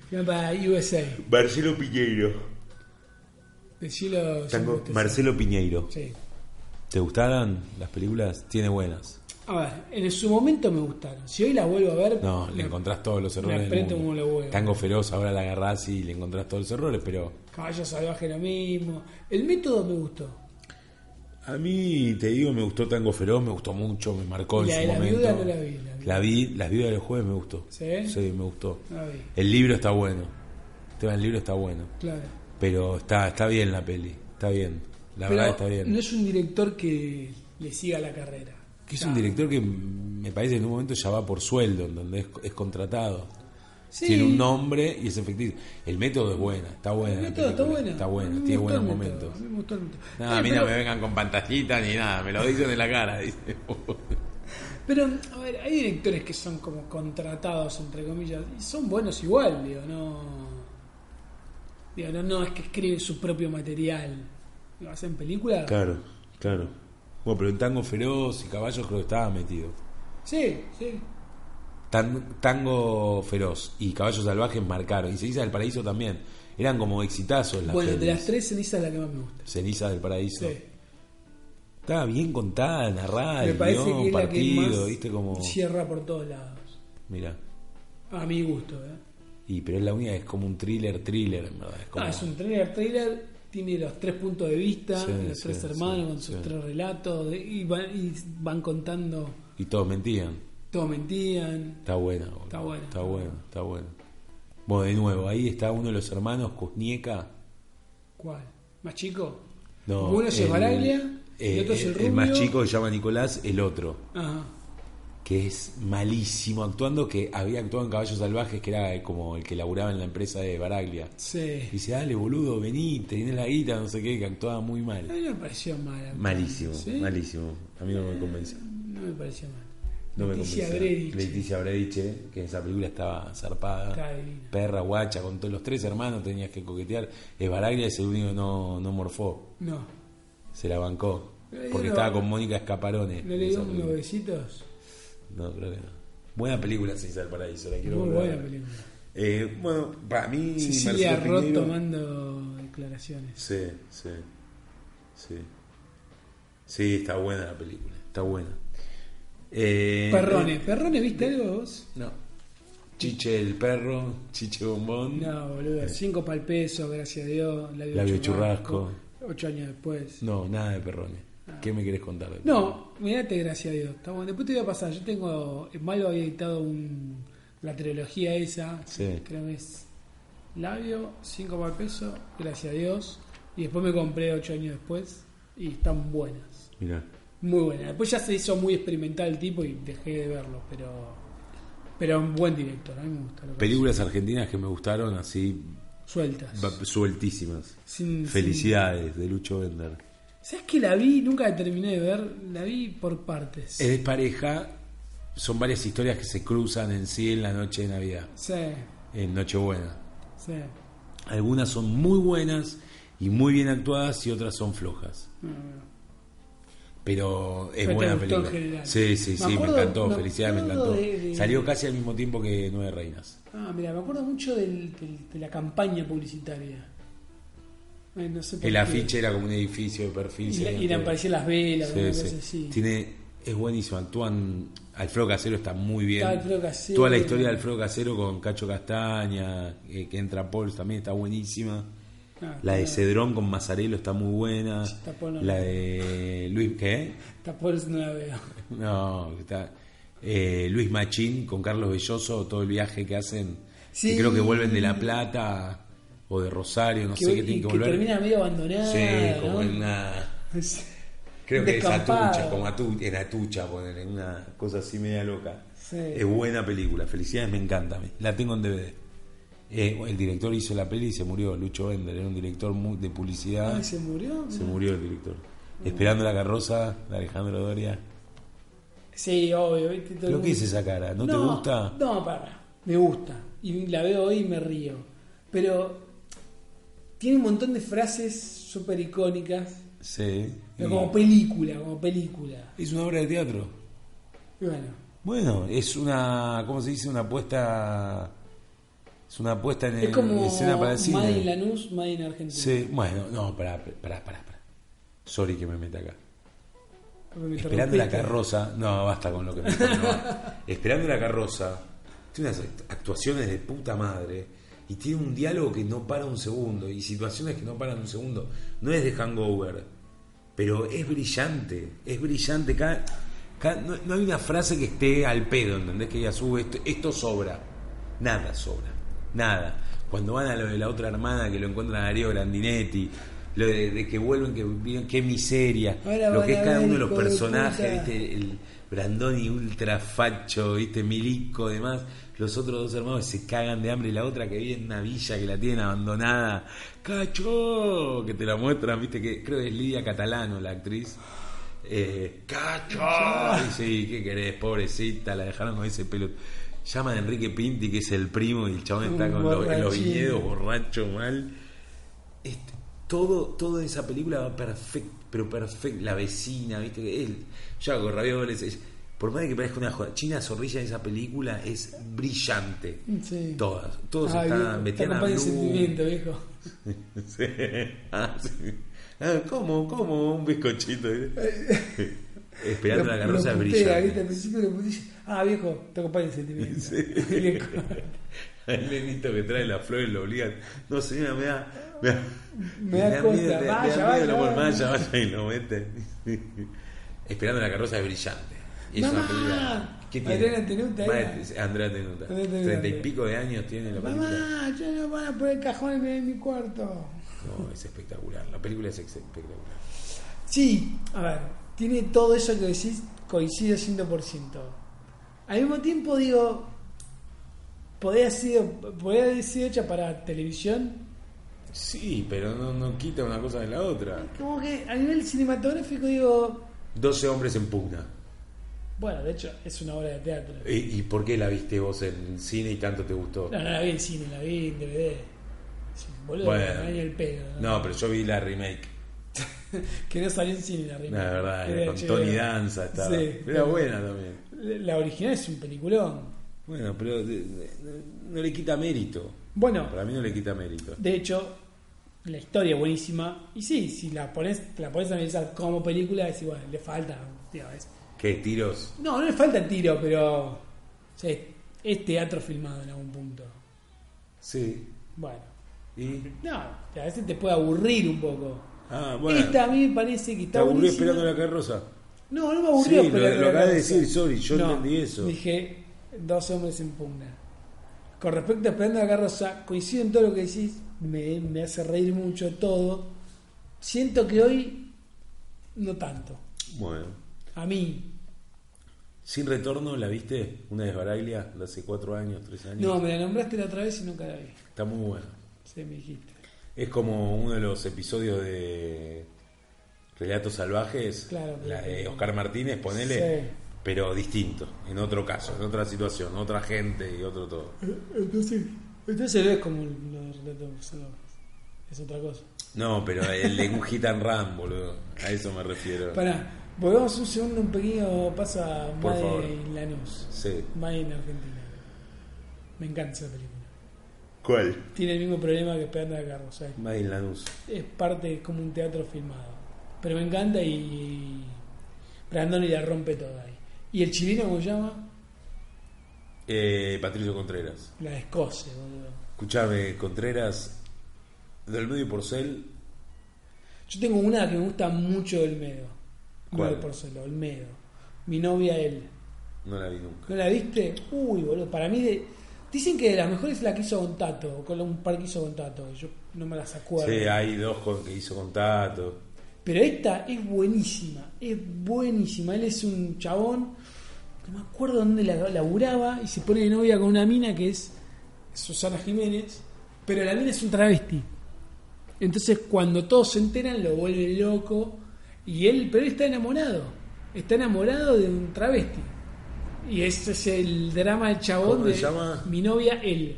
[SPEAKER 1] Mira para USA,
[SPEAKER 2] Marcelo Piñeiro.
[SPEAKER 1] decilo.
[SPEAKER 2] Tango-
[SPEAKER 1] siempre usted
[SPEAKER 2] Marcelo Piñeiro.
[SPEAKER 1] sabe. Sí.
[SPEAKER 2] ¿Te gustaron las películas? Tiene buenas.
[SPEAKER 1] A ver, en su momento me gustaron. Si hoy la vuelvo a ver,
[SPEAKER 2] No, le
[SPEAKER 1] la-
[SPEAKER 2] encontrás todos los
[SPEAKER 1] la
[SPEAKER 2] errores. Del
[SPEAKER 1] aprieto como los
[SPEAKER 2] mundo.
[SPEAKER 1] huevos.
[SPEAKER 2] Tango Feroz, ahora la agarrás y le encontrás todos los errores, pero.
[SPEAKER 1] Caballo Salvaje lo mismo. El método me gustó.
[SPEAKER 2] A mí, te digo, me gustó Tango Feroz, me gustó mucho, me
[SPEAKER 1] Y
[SPEAKER 2] marcó en
[SPEAKER 1] la
[SPEAKER 2] su
[SPEAKER 1] de la
[SPEAKER 2] momento.
[SPEAKER 1] viuda no la vi, la viuda.
[SPEAKER 2] La vi, Las viudas de los jueves me gustó.
[SPEAKER 1] ¿Sí?
[SPEAKER 2] me gustó.
[SPEAKER 1] No la vi,
[SPEAKER 2] El libro está bueno. El tema del libro está bueno.
[SPEAKER 1] claro.
[SPEAKER 2] Pero está, está bien la peli, está bien. La
[SPEAKER 1] Pero
[SPEAKER 2] verdad está bien.
[SPEAKER 1] No es un director que le siga la carrera.
[SPEAKER 2] Que es un director que me parece que en un momento ya va por sueldo, en donde es, es contratado.
[SPEAKER 1] Sí.
[SPEAKER 2] Tiene un nombre y es efectivo. El método es buena, está buena.
[SPEAKER 1] El
[SPEAKER 2] la
[SPEAKER 1] método está
[SPEAKER 2] película,
[SPEAKER 1] buena.
[SPEAKER 2] Está
[SPEAKER 1] A mí
[SPEAKER 2] buena,
[SPEAKER 1] me
[SPEAKER 2] tiene
[SPEAKER 1] gustó
[SPEAKER 2] buenos
[SPEAKER 1] el método,
[SPEAKER 2] momentos.
[SPEAKER 1] a mí me gustó el método.
[SPEAKER 2] No,
[SPEAKER 1] Eh,
[SPEAKER 2] a mí
[SPEAKER 1] pero,
[SPEAKER 2] no me vengan con pantallitas ni nada, me lo dicen en la cara. Dice.
[SPEAKER 1] pero, a ver, hay directores que son como contratados, entre comillas, y son buenos igual, digo, no. Digo, no, no es que escriben su propio material. Digo, hacen películas.
[SPEAKER 2] Claro, claro. Bueno, pero en Tango Feroz y Caballos creo que estaba metido.
[SPEAKER 1] Sí, sí.
[SPEAKER 2] Tan- tango Feroz y Caballos Salvajes marcaron. Y Ceniza del Paraíso también. Eran como exitazos las
[SPEAKER 1] bueno, de
[SPEAKER 2] pelis.
[SPEAKER 1] las tres cenizas es la que más me gusta.
[SPEAKER 2] Ceniza del Paraíso.
[SPEAKER 1] Sí.
[SPEAKER 2] Estaba bien contada, narrada,
[SPEAKER 1] me
[SPEAKER 2] Ah, el
[SPEAKER 1] parece
[SPEAKER 2] guión,
[SPEAKER 1] que es la que
[SPEAKER 2] partido,
[SPEAKER 1] más
[SPEAKER 2] viste como...
[SPEAKER 1] cierra por todos lados.
[SPEAKER 2] Mira.
[SPEAKER 1] A mi gusto, ¿eh?
[SPEAKER 2] Y pero es la única que es como un thriller, thriller, en verdad. Es como...
[SPEAKER 1] Ah, es un trailer, trailer tiene los tres puntos de vista,
[SPEAKER 2] Sí,
[SPEAKER 1] los
[SPEAKER 2] sí,
[SPEAKER 1] tres
[SPEAKER 2] sí,
[SPEAKER 1] hermanos con sus
[SPEAKER 2] sí.
[SPEAKER 1] tres relatos de- y, van, y van contando,
[SPEAKER 2] Y todos mentían.
[SPEAKER 1] todo mentían.
[SPEAKER 2] Está buena, boludo.
[SPEAKER 1] Está buena.
[SPEAKER 2] Está buena, está buena. Bueno, de nuevo, ahí está uno de los hermanos, Kuznieka.
[SPEAKER 1] ¿Cuál? ¿Más chico?
[SPEAKER 2] No,
[SPEAKER 1] Porque uno es
[SPEAKER 2] el-
[SPEAKER 1] Baraglia,
[SPEAKER 2] eh,
[SPEAKER 1] el otro es el
[SPEAKER 2] el-
[SPEAKER 1] rubio.
[SPEAKER 2] el más chico que se llama Nicolás, el otro.
[SPEAKER 1] Ajá.
[SPEAKER 2] que es malísimo actuando, que había actuado en Caballos Salvajes, que era como el que laburaba en la empresa de Baraglia. Y
[SPEAKER 1] Sí.
[SPEAKER 2] dice, dale boludo, vení, tenés la guita, no sé qué, que actuaba muy
[SPEAKER 1] A
[SPEAKER 2] mal.
[SPEAKER 1] mí no me pareció mala.
[SPEAKER 2] Malísimo,
[SPEAKER 1] ¿Sí?
[SPEAKER 2] malísimo. A mí no me convence.
[SPEAKER 1] No me pareció mal.
[SPEAKER 2] No me
[SPEAKER 1] Leticia
[SPEAKER 2] convence.
[SPEAKER 1] Brediche.
[SPEAKER 2] Leticia Brediche, que en esa película estaba zarpada.
[SPEAKER 1] Está divina.
[SPEAKER 2] Perra, guacha, con todos los tres hermanos tenías que coquetear. Es Baraglia es el único que no, no morfó,
[SPEAKER 1] No.
[SPEAKER 2] se la bancó.
[SPEAKER 1] Eh,
[SPEAKER 2] Porque
[SPEAKER 1] no.
[SPEAKER 2] estaba con Mónica Escaparone.
[SPEAKER 1] ¿No
[SPEAKER 2] en
[SPEAKER 1] le
[SPEAKER 2] esa
[SPEAKER 1] dio unos
[SPEAKER 2] película.
[SPEAKER 1] besitos?
[SPEAKER 2] No, creo que no. Buena película, Ceniza del Paraíso, la quiero
[SPEAKER 1] Muy
[SPEAKER 2] volver a
[SPEAKER 1] buena
[SPEAKER 2] ver.
[SPEAKER 1] película.
[SPEAKER 2] Eh, bueno, para mí.
[SPEAKER 1] Cecilia
[SPEAKER 2] Marcelo
[SPEAKER 1] Roth
[SPEAKER 2] Piñeiro-
[SPEAKER 1] tomando declaraciones.
[SPEAKER 2] Sí, sí. Sí. Sí, está buena la película. Está buena. Eh,
[SPEAKER 1] Perrone, Perrone, ¿viste algo vos?
[SPEAKER 2] No. Chiche el perro, Chiche bombón.
[SPEAKER 1] No, boludo, 5 pal peso, gracias a Dios. Labio,
[SPEAKER 2] Eh. Labio churrasco.
[SPEAKER 1] 8 años después.
[SPEAKER 2] No, nada de perrones. ¿Qué me querés contar? de perrones?
[SPEAKER 1] Ah. No, mirate, gracias a Dios. Está bueno. Después te voy a pasar. Yo tengo. Malo había editado un, la trilogía esa.
[SPEAKER 2] Sí.
[SPEAKER 1] Creo que es Labio, 5 pal peso, gracias a Dios. Y después me compré 8 años después. Y están buenas.
[SPEAKER 2] Mirá.
[SPEAKER 1] Muy buenas. Después ya se hizo muy experimental el tipo y dejé de verlo. Pero. Pero un buen director, a mí me gusta. Lo que
[SPEAKER 2] Películas argentinas que me gustaron así
[SPEAKER 1] hace. Sueltas.
[SPEAKER 2] va- sueltísimas.
[SPEAKER 1] Sin-
[SPEAKER 2] Felicidades de Lucho Bender.
[SPEAKER 1] ¿Sabes que la vi? Nunca la terminé de ver, la vi por partes.
[SPEAKER 2] Es de pareja, son varias historias que se cruzan en sí en la noche de Navidad,
[SPEAKER 1] Sí,
[SPEAKER 2] en Nochebuena.
[SPEAKER 1] sí.
[SPEAKER 2] Algunas son muy buenas y muy bien actuadas y otras son flojas. Pero es
[SPEAKER 1] Mm. Pero te
[SPEAKER 2] buena
[SPEAKER 1] gustó en
[SPEAKER 2] película.
[SPEAKER 1] general.
[SPEAKER 2] Sí, sí,
[SPEAKER 1] Me
[SPEAKER 2] sí,
[SPEAKER 1] acuerdo-
[SPEAKER 2] me encantó.
[SPEAKER 1] me
[SPEAKER 2] Felicidades, me
[SPEAKER 1] acuerdo
[SPEAKER 2] encantó.
[SPEAKER 1] de- de-
[SPEAKER 2] Salió casi al mismo tiempo que Nueve Reinas.
[SPEAKER 1] Ah, mira, me acuerdo mucho del- del- de la campaña publicitaria. Ay, no sé por
[SPEAKER 2] El
[SPEAKER 1] qué.
[SPEAKER 2] afiche era como un edificio de perfil.
[SPEAKER 1] Y, la-
[SPEAKER 2] sí,
[SPEAKER 1] y le aparecían las velas,
[SPEAKER 2] Sí,
[SPEAKER 1] una
[SPEAKER 2] sí.
[SPEAKER 1] cosa así.
[SPEAKER 2] Tiene, es buenísimo, actúan. Alfredo Casero está muy bien.
[SPEAKER 1] Está Alfredo Casero.
[SPEAKER 2] Toda la historia de Alfredo Casero con Cacho Castaña, eh, que entra Paul también está buenísima.
[SPEAKER 1] Ah,
[SPEAKER 2] La de
[SPEAKER 1] está-
[SPEAKER 2] Cedrón con Mazarelo está muy buena.
[SPEAKER 1] Está Paul no-
[SPEAKER 2] La de Luis, ¿qué?
[SPEAKER 1] Está por- no la veo.
[SPEAKER 2] No, está eh, Luis Machín con Carlos Belloso, todo el viaje que hacen.
[SPEAKER 1] Sí.
[SPEAKER 2] Que creo que vuelven de La Plata o de Rosario, no
[SPEAKER 1] Que-
[SPEAKER 2] sé
[SPEAKER 1] y
[SPEAKER 2] qué tienen que
[SPEAKER 1] que
[SPEAKER 2] volver.
[SPEAKER 1] termina medio abandonada.
[SPEAKER 2] sí, como
[SPEAKER 1] ¿no?
[SPEAKER 2] en una.
[SPEAKER 1] Es-
[SPEAKER 2] Creo que es
[SPEAKER 1] descampado.
[SPEAKER 2] Atucha, como Atu- en Atucha, poner en una cosa así media loca.
[SPEAKER 1] Sí.
[SPEAKER 2] Es buena película, felicidades, me encanta. a mí. La tengo en DVD. Eh, el director hizo la peli y se murió, Lucho Bender, era un director muy- de publicidad.
[SPEAKER 1] Ay, se murió.
[SPEAKER 2] Se murió el director. Esperando la carroza de Alejandro Doria.
[SPEAKER 1] Sí, obvio. ¿viste? Todo el
[SPEAKER 2] ¿Lo que
[SPEAKER 1] mundo-
[SPEAKER 2] es esa cara? ¿No, te gusta?
[SPEAKER 1] No, para. Me gusta. Y la veo hoy y me río. Pero tiene un montón de frases súper icónicas.
[SPEAKER 2] Sí.
[SPEAKER 1] pero
[SPEAKER 2] Y-
[SPEAKER 1] Como película, como película.
[SPEAKER 2] Es una obra de teatro.
[SPEAKER 1] Y bueno,
[SPEAKER 2] Bueno, es una. ¿Cómo se dice? Una apuesta. Es una apuesta en,
[SPEAKER 1] es como
[SPEAKER 2] en escena para el cine.
[SPEAKER 1] Madden Lanús, Madden Argentina.
[SPEAKER 2] Sí, bueno, no, pará, pará, pará, pará. Sorry que me meta acá.
[SPEAKER 1] Me
[SPEAKER 2] Esperando la
[SPEAKER 1] interrumpiste.
[SPEAKER 2] carroza. No, basta con lo que me no. Esperando la carroza. Tiene unas act- actuaciones de puta madre. Y tiene un diálogo que no para un segundo. Y situaciones que no paran un segundo. No es de hangover. Pero es brillante. Es brillante. Cada- cada- no, no hay una frase que esté al pedo, ¿entendés? Que ya sube. Esto, esto sobra. Nada sobra. Nada. Cuando van a lo de la otra hermana que lo encuentran a Darío Grandinetti. Lo de, de que vuelven, que viven- qué miseria.
[SPEAKER 1] Ahora
[SPEAKER 2] lo
[SPEAKER 1] van
[SPEAKER 2] que es
[SPEAKER 1] a
[SPEAKER 2] cada
[SPEAKER 1] ver,
[SPEAKER 2] uno de los
[SPEAKER 1] hijo de
[SPEAKER 2] personajes,
[SPEAKER 1] puta.
[SPEAKER 2] ¿viste? el Brandoni ultra facho, ¿viste? Milico, demás. Los otros dos hermanos se cagan de hambre y la otra que vive en una villa que la tienen abandonada. ¡Cacho! Que te la muestran, ¿viste? Que creo que es Lidia Catalano la actriz. Eh, ¡Cacho! Y Sí, ¿qué querés? Pobrecita, la dejaron con ese pelo. Llama a Enrique Pinti, que es el primo, y el chabón está
[SPEAKER 1] Un
[SPEAKER 2] con los, en los
[SPEAKER 1] borrachín.
[SPEAKER 2] viñedos, borracho mal. Este, todo, todo de esa película va perfecto, pero perfecto. La vecina, ¿viste? Que Él, ya con Ravioles, es- por más de que parezca una joda, China Zorrilla en esa película es brillante.
[SPEAKER 1] Sí.
[SPEAKER 2] Todas, todos
[SPEAKER 1] Ay,
[SPEAKER 2] están
[SPEAKER 1] viejo, te
[SPEAKER 2] Betiana
[SPEAKER 1] acompaña el
[SPEAKER 2] Blum.
[SPEAKER 1] sentimiento, viejo.
[SPEAKER 2] Sí. Ah, sí. Ah, ¿Cómo? ¿Cómo? Un bizcochito. Esperando la
[SPEAKER 1] Lo- lo
[SPEAKER 2] carroza es
[SPEAKER 1] putea, ¿viste? Al
[SPEAKER 2] brillante.
[SPEAKER 1] principio lo putea. Ah, viejo, te acompaña el sentimiento. Viejo.
[SPEAKER 2] El nenito que trae las flores lo obligan. No, señora, me da. Me da,
[SPEAKER 1] Me da cosa.
[SPEAKER 2] miedo, me da- me
[SPEAKER 1] Vaya,
[SPEAKER 2] da miedo el amor.
[SPEAKER 1] vaya.
[SPEAKER 2] Vaya, vaya y lo meten. Esperando la carroza es brillante. Y es
[SPEAKER 1] Mamá.
[SPEAKER 2] una película.
[SPEAKER 1] Adriana Tenuta era.
[SPEAKER 2] Más de- Andrea Tenuta.
[SPEAKER 1] Andrea Tenuta.
[SPEAKER 2] Treinta y pico de años tiene la película.
[SPEAKER 1] Mamá, yo no van a poner cajones en mi cuarto.
[SPEAKER 2] No, es espectacular. La película es espectacular.
[SPEAKER 1] Sí, a ver, tiene todo eso que decís, coincido 100%. Al mismo tiempo digo, podría haber sido, podría haber sido hecha para televisión.
[SPEAKER 2] Sí, pero no, no quita una cosa de la otra.
[SPEAKER 1] Como que a nivel cinematográfico digo,
[SPEAKER 2] 12 hombres en pugna.
[SPEAKER 1] bueno, de hecho es una obra de teatro.
[SPEAKER 2] ¿Y, y por qué la viste vos en cine y tanto te gustó?
[SPEAKER 1] No, no la vi en cine, la vi en DVD. Sí, boludo,
[SPEAKER 2] Bueno.
[SPEAKER 1] me daña el pelo.
[SPEAKER 2] No, pero yo vi la remake.
[SPEAKER 1] que no salió en cine la remake.
[SPEAKER 2] La verdad,
[SPEAKER 1] Era
[SPEAKER 2] con
[SPEAKER 1] HBO.
[SPEAKER 2] Tony Danza estaba.
[SPEAKER 1] Sí.
[SPEAKER 2] Era buena también.
[SPEAKER 1] La original es un peliculón.
[SPEAKER 2] Bueno, pero de- de- no, no le quita mérito.
[SPEAKER 1] Bueno,
[SPEAKER 2] Para mí no le quita mérito.
[SPEAKER 1] De hecho, La historia es buenísima. Y sí, si la pones, te la pones a analizar como película, decís, bueno, le falta. tío, es-
[SPEAKER 2] ¿Qué tiros?
[SPEAKER 1] No, no le falta el tiro, pero. o sea, es- es teatro filmado en algún punto.
[SPEAKER 2] Sí.
[SPEAKER 1] Bueno,
[SPEAKER 2] Y.
[SPEAKER 1] no, a veces te puede aburrir un poco.
[SPEAKER 2] Ah, bueno.
[SPEAKER 1] Esta a mí me parece que
[SPEAKER 2] Te
[SPEAKER 1] está
[SPEAKER 2] aburrió
[SPEAKER 1] buenísima.
[SPEAKER 2] esperando la carroza.
[SPEAKER 1] No, no me
[SPEAKER 2] Sí,
[SPEAKER 1] aburrió
[SPEAKER 2] lo-
[SPEAKER 1] esperando
[SPEAKER 2] lo
[SPEAKER 1] la
[SPEAKER 2] acabas de
[SPEAKER 1] carroza.
[SPEAKER 2] decir, sorry, yo entendí eso.
[SPEAKER 1] Dije, dos hombres en pugna. Con respecto a esperando la carroza, coincido en todo lo que decís, me, me hace reír mucho todo. Siento que hoy no tanto.
[SPEAKER 2] Bueno.
[SPEAKER 1] A mí,
[SPEAKER 2] Sin retorno, ¿la viste? Una desbaraglia de hace cuatro años, tres años.
[SPEAKER 1] no, me la nombraste la otra vez y nunca la vi.
[SPEAKER 2] Está muy buena.
[SPEAKER 1] Se me dijiste.
[SPEAKER 2] Es como uno de los episodios de Relatos Salvajes,
[SPEAKER 1] Claro.
[SPEAKER 2] la de Oscar Martínez, ponele,
[SPEAKER 1] Sí.
[SPEAKER 2] pero distinto, en otro caso, en otra situación, otra gente y otro todo.
[SPEAKER 1] Eh, Entonces, entonces no es como lo de Relatos Salvajes. Es otra cosa.
[SPEAKER 2] No, pero el de un hit and run, boludo, a eso me refiero.
[SPEAKER 1] Pará, volvemos un segundo, un pequeño paso a
[SPEAKER 2] Por
[SPEAKER 1] Madre
[SPEAKER 2] favor.
[SPEAKER 1] en Lanús.
[SPEAKER 2] Sí.
[SPEAKER 1] Madre en Argentina. Me encanta esa película.
[SPEAKER 2] ¿Cuál?
[SPEAKER 1] Tiene el mismo problema que Esperando la Carroza.
[SPEAKER 2] Madeleine Lanús.
[SPEAKER 1] Es parte es como un teatro filmado. Pero me encanta y. Brandoni la rompe toda ahí. Y el chileno, ¿cómo se llama?
[SPEAKER 2] Eh, Patricio Contreras.
[SPEAKER 1] La escoce, boludo.
[SPEAKER 2] Escuchame, Contreras, del medio y porcel,
[SPEAKER 1] Yo tengo una que me gusta mucho del Olmedo.
[SPEAKER 2] ¿Cuál?
[SPEAKER 1] No por solo, Olmedo. Mi novia, él.
[SPEAKER 2] no la vi nunca.
[SPEAKER 1] ¿No la viste? Uy, boludo, para mí de... Dicen que de las mejores es la que hizo Gontato, o con un par que hizo Gontato, yo no me las acuerdo.
[SPEAKER 2] Sí, hay dos con- que hizo contacto.
[SPEAKER 1] Pero esta es buenísima, es buenísima. Él es un chabón, no me acuerdo dónde la laburaba, y se pone de novia con una mina que es Susana Jiménez, pero la mina es un travesti. Entonces cuando todos se enteran lo vuelve loco, y él, pero él está enamorado, está enamorado de un travesti. Y ese es el drama del chabón
[SPEAKER 2] ¿Cómo
[SPEAKER 1] de
[SPEAKER 2] se llama?
[SPEAKER 1] mi novia, él.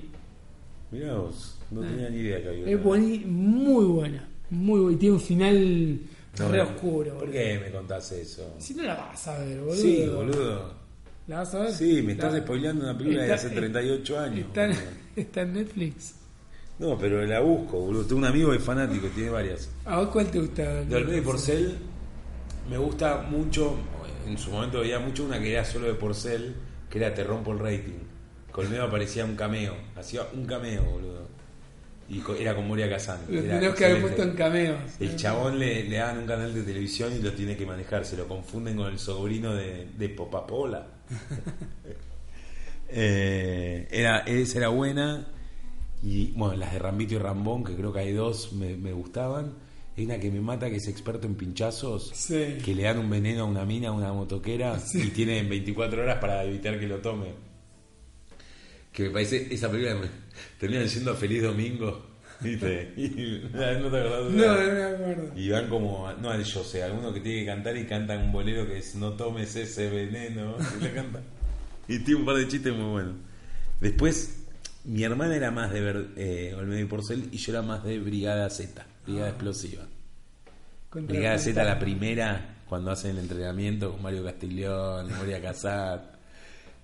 [SPEAKER 2] Mirá vos, no tenía ni idea que había
[SPEAKER 1] Ah. Es
[SPEAKER 2] una-
[SPEAKER 1] bueni- muy buena, muy buena, y tiene un final
[SPEAKER 2] No,
[SPEAKER 1] re
[SPEAKER 2] no.
[SPEAKER 1] oscuro.
[SPEAKER 2] ¿Por
[SPEAKER 1] boludo.
[SPEAKER 2] qué me contás eso?
[SPEAKER 1] Si no la vas a ver, boludo.
[SPEAKER 2] Sí, boludo.
[SPEAKER 1] ¿La vas a ver?
[SPEAKER 2] Sí, me estás
[SPEAKER 1] La-
[SPEAKER 2] spoileando una película de
[SPEAKER 1] Está-
[SPEAKER 2] hace 38 años.
[SPEAKER 1] Está, en-
[SPEAKER 2] boludo.
[SPEAKER 1] está en Netflix.
[SPEAKER 2] No, pero la busco, boludo. Tengo un amigo que es fanático, tiene varias.
[SPEAKER 1] ¿A vos cuál te gusta?
[SPEAKER 2] De Olmedo y Porcel me gusta mucho, en su momento veía mucho una que era solo de Porcel, que era Te rompo el rating. Con Olmedo aparecía un cameo, hacía un cameo, boludo. Y co- era con Moria Kazan.
[SPEAKER 1] Lo
[SPEAKER 2] Era
[SPEAKER 1] tenemos que haber puesto
[SPEAKER 2] excelente.
[SPEAKER 1] en cameos.
[SPEAKER 2] El chabón le, le dan un canal de televisión y lo tiene que manejar, se lo confunden con el sobrino de, de Popapola. Eh, era, esa era buena. Y bueno, las de Rambito y Rambón, que creo que hay dos, me, me gustaban. Hay una que me mata que es experto en pinchazos,
[SPEAKER 1] Sí.
[SPEAKER 2] que le dan un veneno a una mina, a una motoquera, y tiene 24 horas para evitar que lo tome. Que me parece, esa película me, terminan yendo a Feliz Domingo. ¿Viste? Y, no te acordás de
[SPEAKER 1] No, no
[SPEAKER 2] nada.
[SPEAKER 1] me acuerdo.
[SPEAKER 2] Y van como, no al yo sé, alguno que tiene que cantar y cantan un bolero que es No tomes ese veneno. Y, le canta. Y tiene un par de chistes muy buenos. Después, mi hermana era más de ver eh, Olmedo y Porcel y yo era más de Brigada Z, Brigada
[SPEAKER 1] Ah.
[SPEAKER 2] Explosiva.
[SPEAKER 1] Contra
[SPEAKER 2] Brigada
[SPEAKER 1] la
[SPEAKER 2] Z, la primera, cuando hacen el entrenamiento con Mario Castiglione, Moria Casat.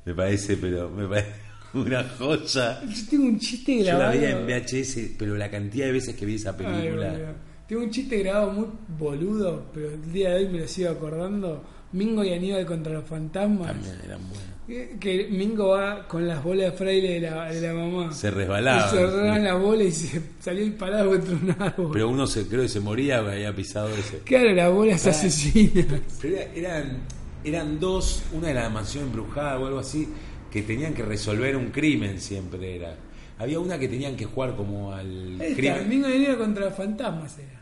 [SPEAKER 2] Me parece, pero me parece una joya.
[SPEAKER 1] Yo tengo un chiste
[SPEAKER 2] Yo la
[SPEAKER 1] grabado.
[SPEAKER 2] veía en VHS, pero la cantidad de veces que vi esa
[SPEAKER 1] Ay,
[SPEAKER 2] película.
[SPEAKER 1] boludo. tengo un chiste grabado muy boludo, pero el día de hoy me lo sigo acordando. Mingo y Aníbal contra los fantasmas.
[SPEAKER 2] También eran buenas.
[SPEAKER 1] Eh, Que Mingo va con las bolas de fraile de la, de la mamá.
[SPEAKER 2] Se
[SPEAKER 1] Y se
[SPEAKER 2] resbalaban.
[SPEAKER 1] agarraron las bolas y se salió disparado contra un árbol.
[SPEAKER 2] Pero uno se, creo que se moría porque había pisado ese.
[SPEAKER 1] Claro, las bolas asesinas.
[SPEAKER 2] Pero era- eran, eran dos, una era la mansión embrujada o algo así, que tenían que resolver un crimen siempre era. Había una que tenían que jugar como al
[SPEAKER 1] Esta,
[SPEAKER 2] crimen.
[SPEAKER 1] Mingo y Aníbal contra los fantasmas era.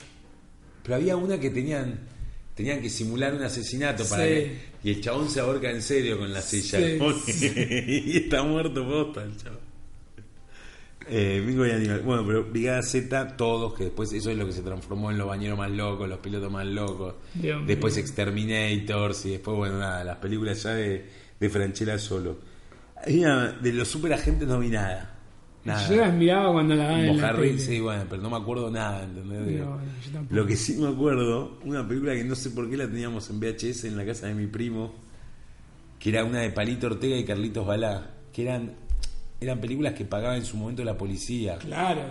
[SPEAKER 2] Pero había una que tenían tenían que simular un asesinato para
[SPEAKER 1] Sí.
[SPEAKER 2] que- y el chabón se ahorca en serio con la silla
[SPEAKER 1] Sí,
[SPEAKER 2] y está muerto posta el chabón. Eh, Mingo y Aníbal. Bueno, pero Brigada Z, todos, que después eso es lo que se transformó en los bañeros más locos, los pilotos más locos,
[SPEAKER 1] Dios
[SPEAKER 2] después
[SPEAKER 1] mío.
[SPEAKER 2] Exterminators y después, bueno, nada, las películas ya de, de Franchella solo. Había de los superagentes no vi nada. Nada.
[SPEAKER 1] Yo las miraba cuando la daban en la
[SPEAKER 2] Mojarril,
[SPEAKER 1] tele.
[SPEAKER 2] Ah. sí, bueno, pero no me acuerdo nada, ¿entendés? Digo,
[SPEAKER 1] No, yo tampoco.
[SPEAKER 2] Lo que sí me acuerdo, una película que no sé por qué la teníamos en VHS en la casa de mi primo, que era una de Palito Ortega y Carlitos Balá, que eran, eran películas que pagaba en su momento la policía.
[SPEAKER 1] Claro.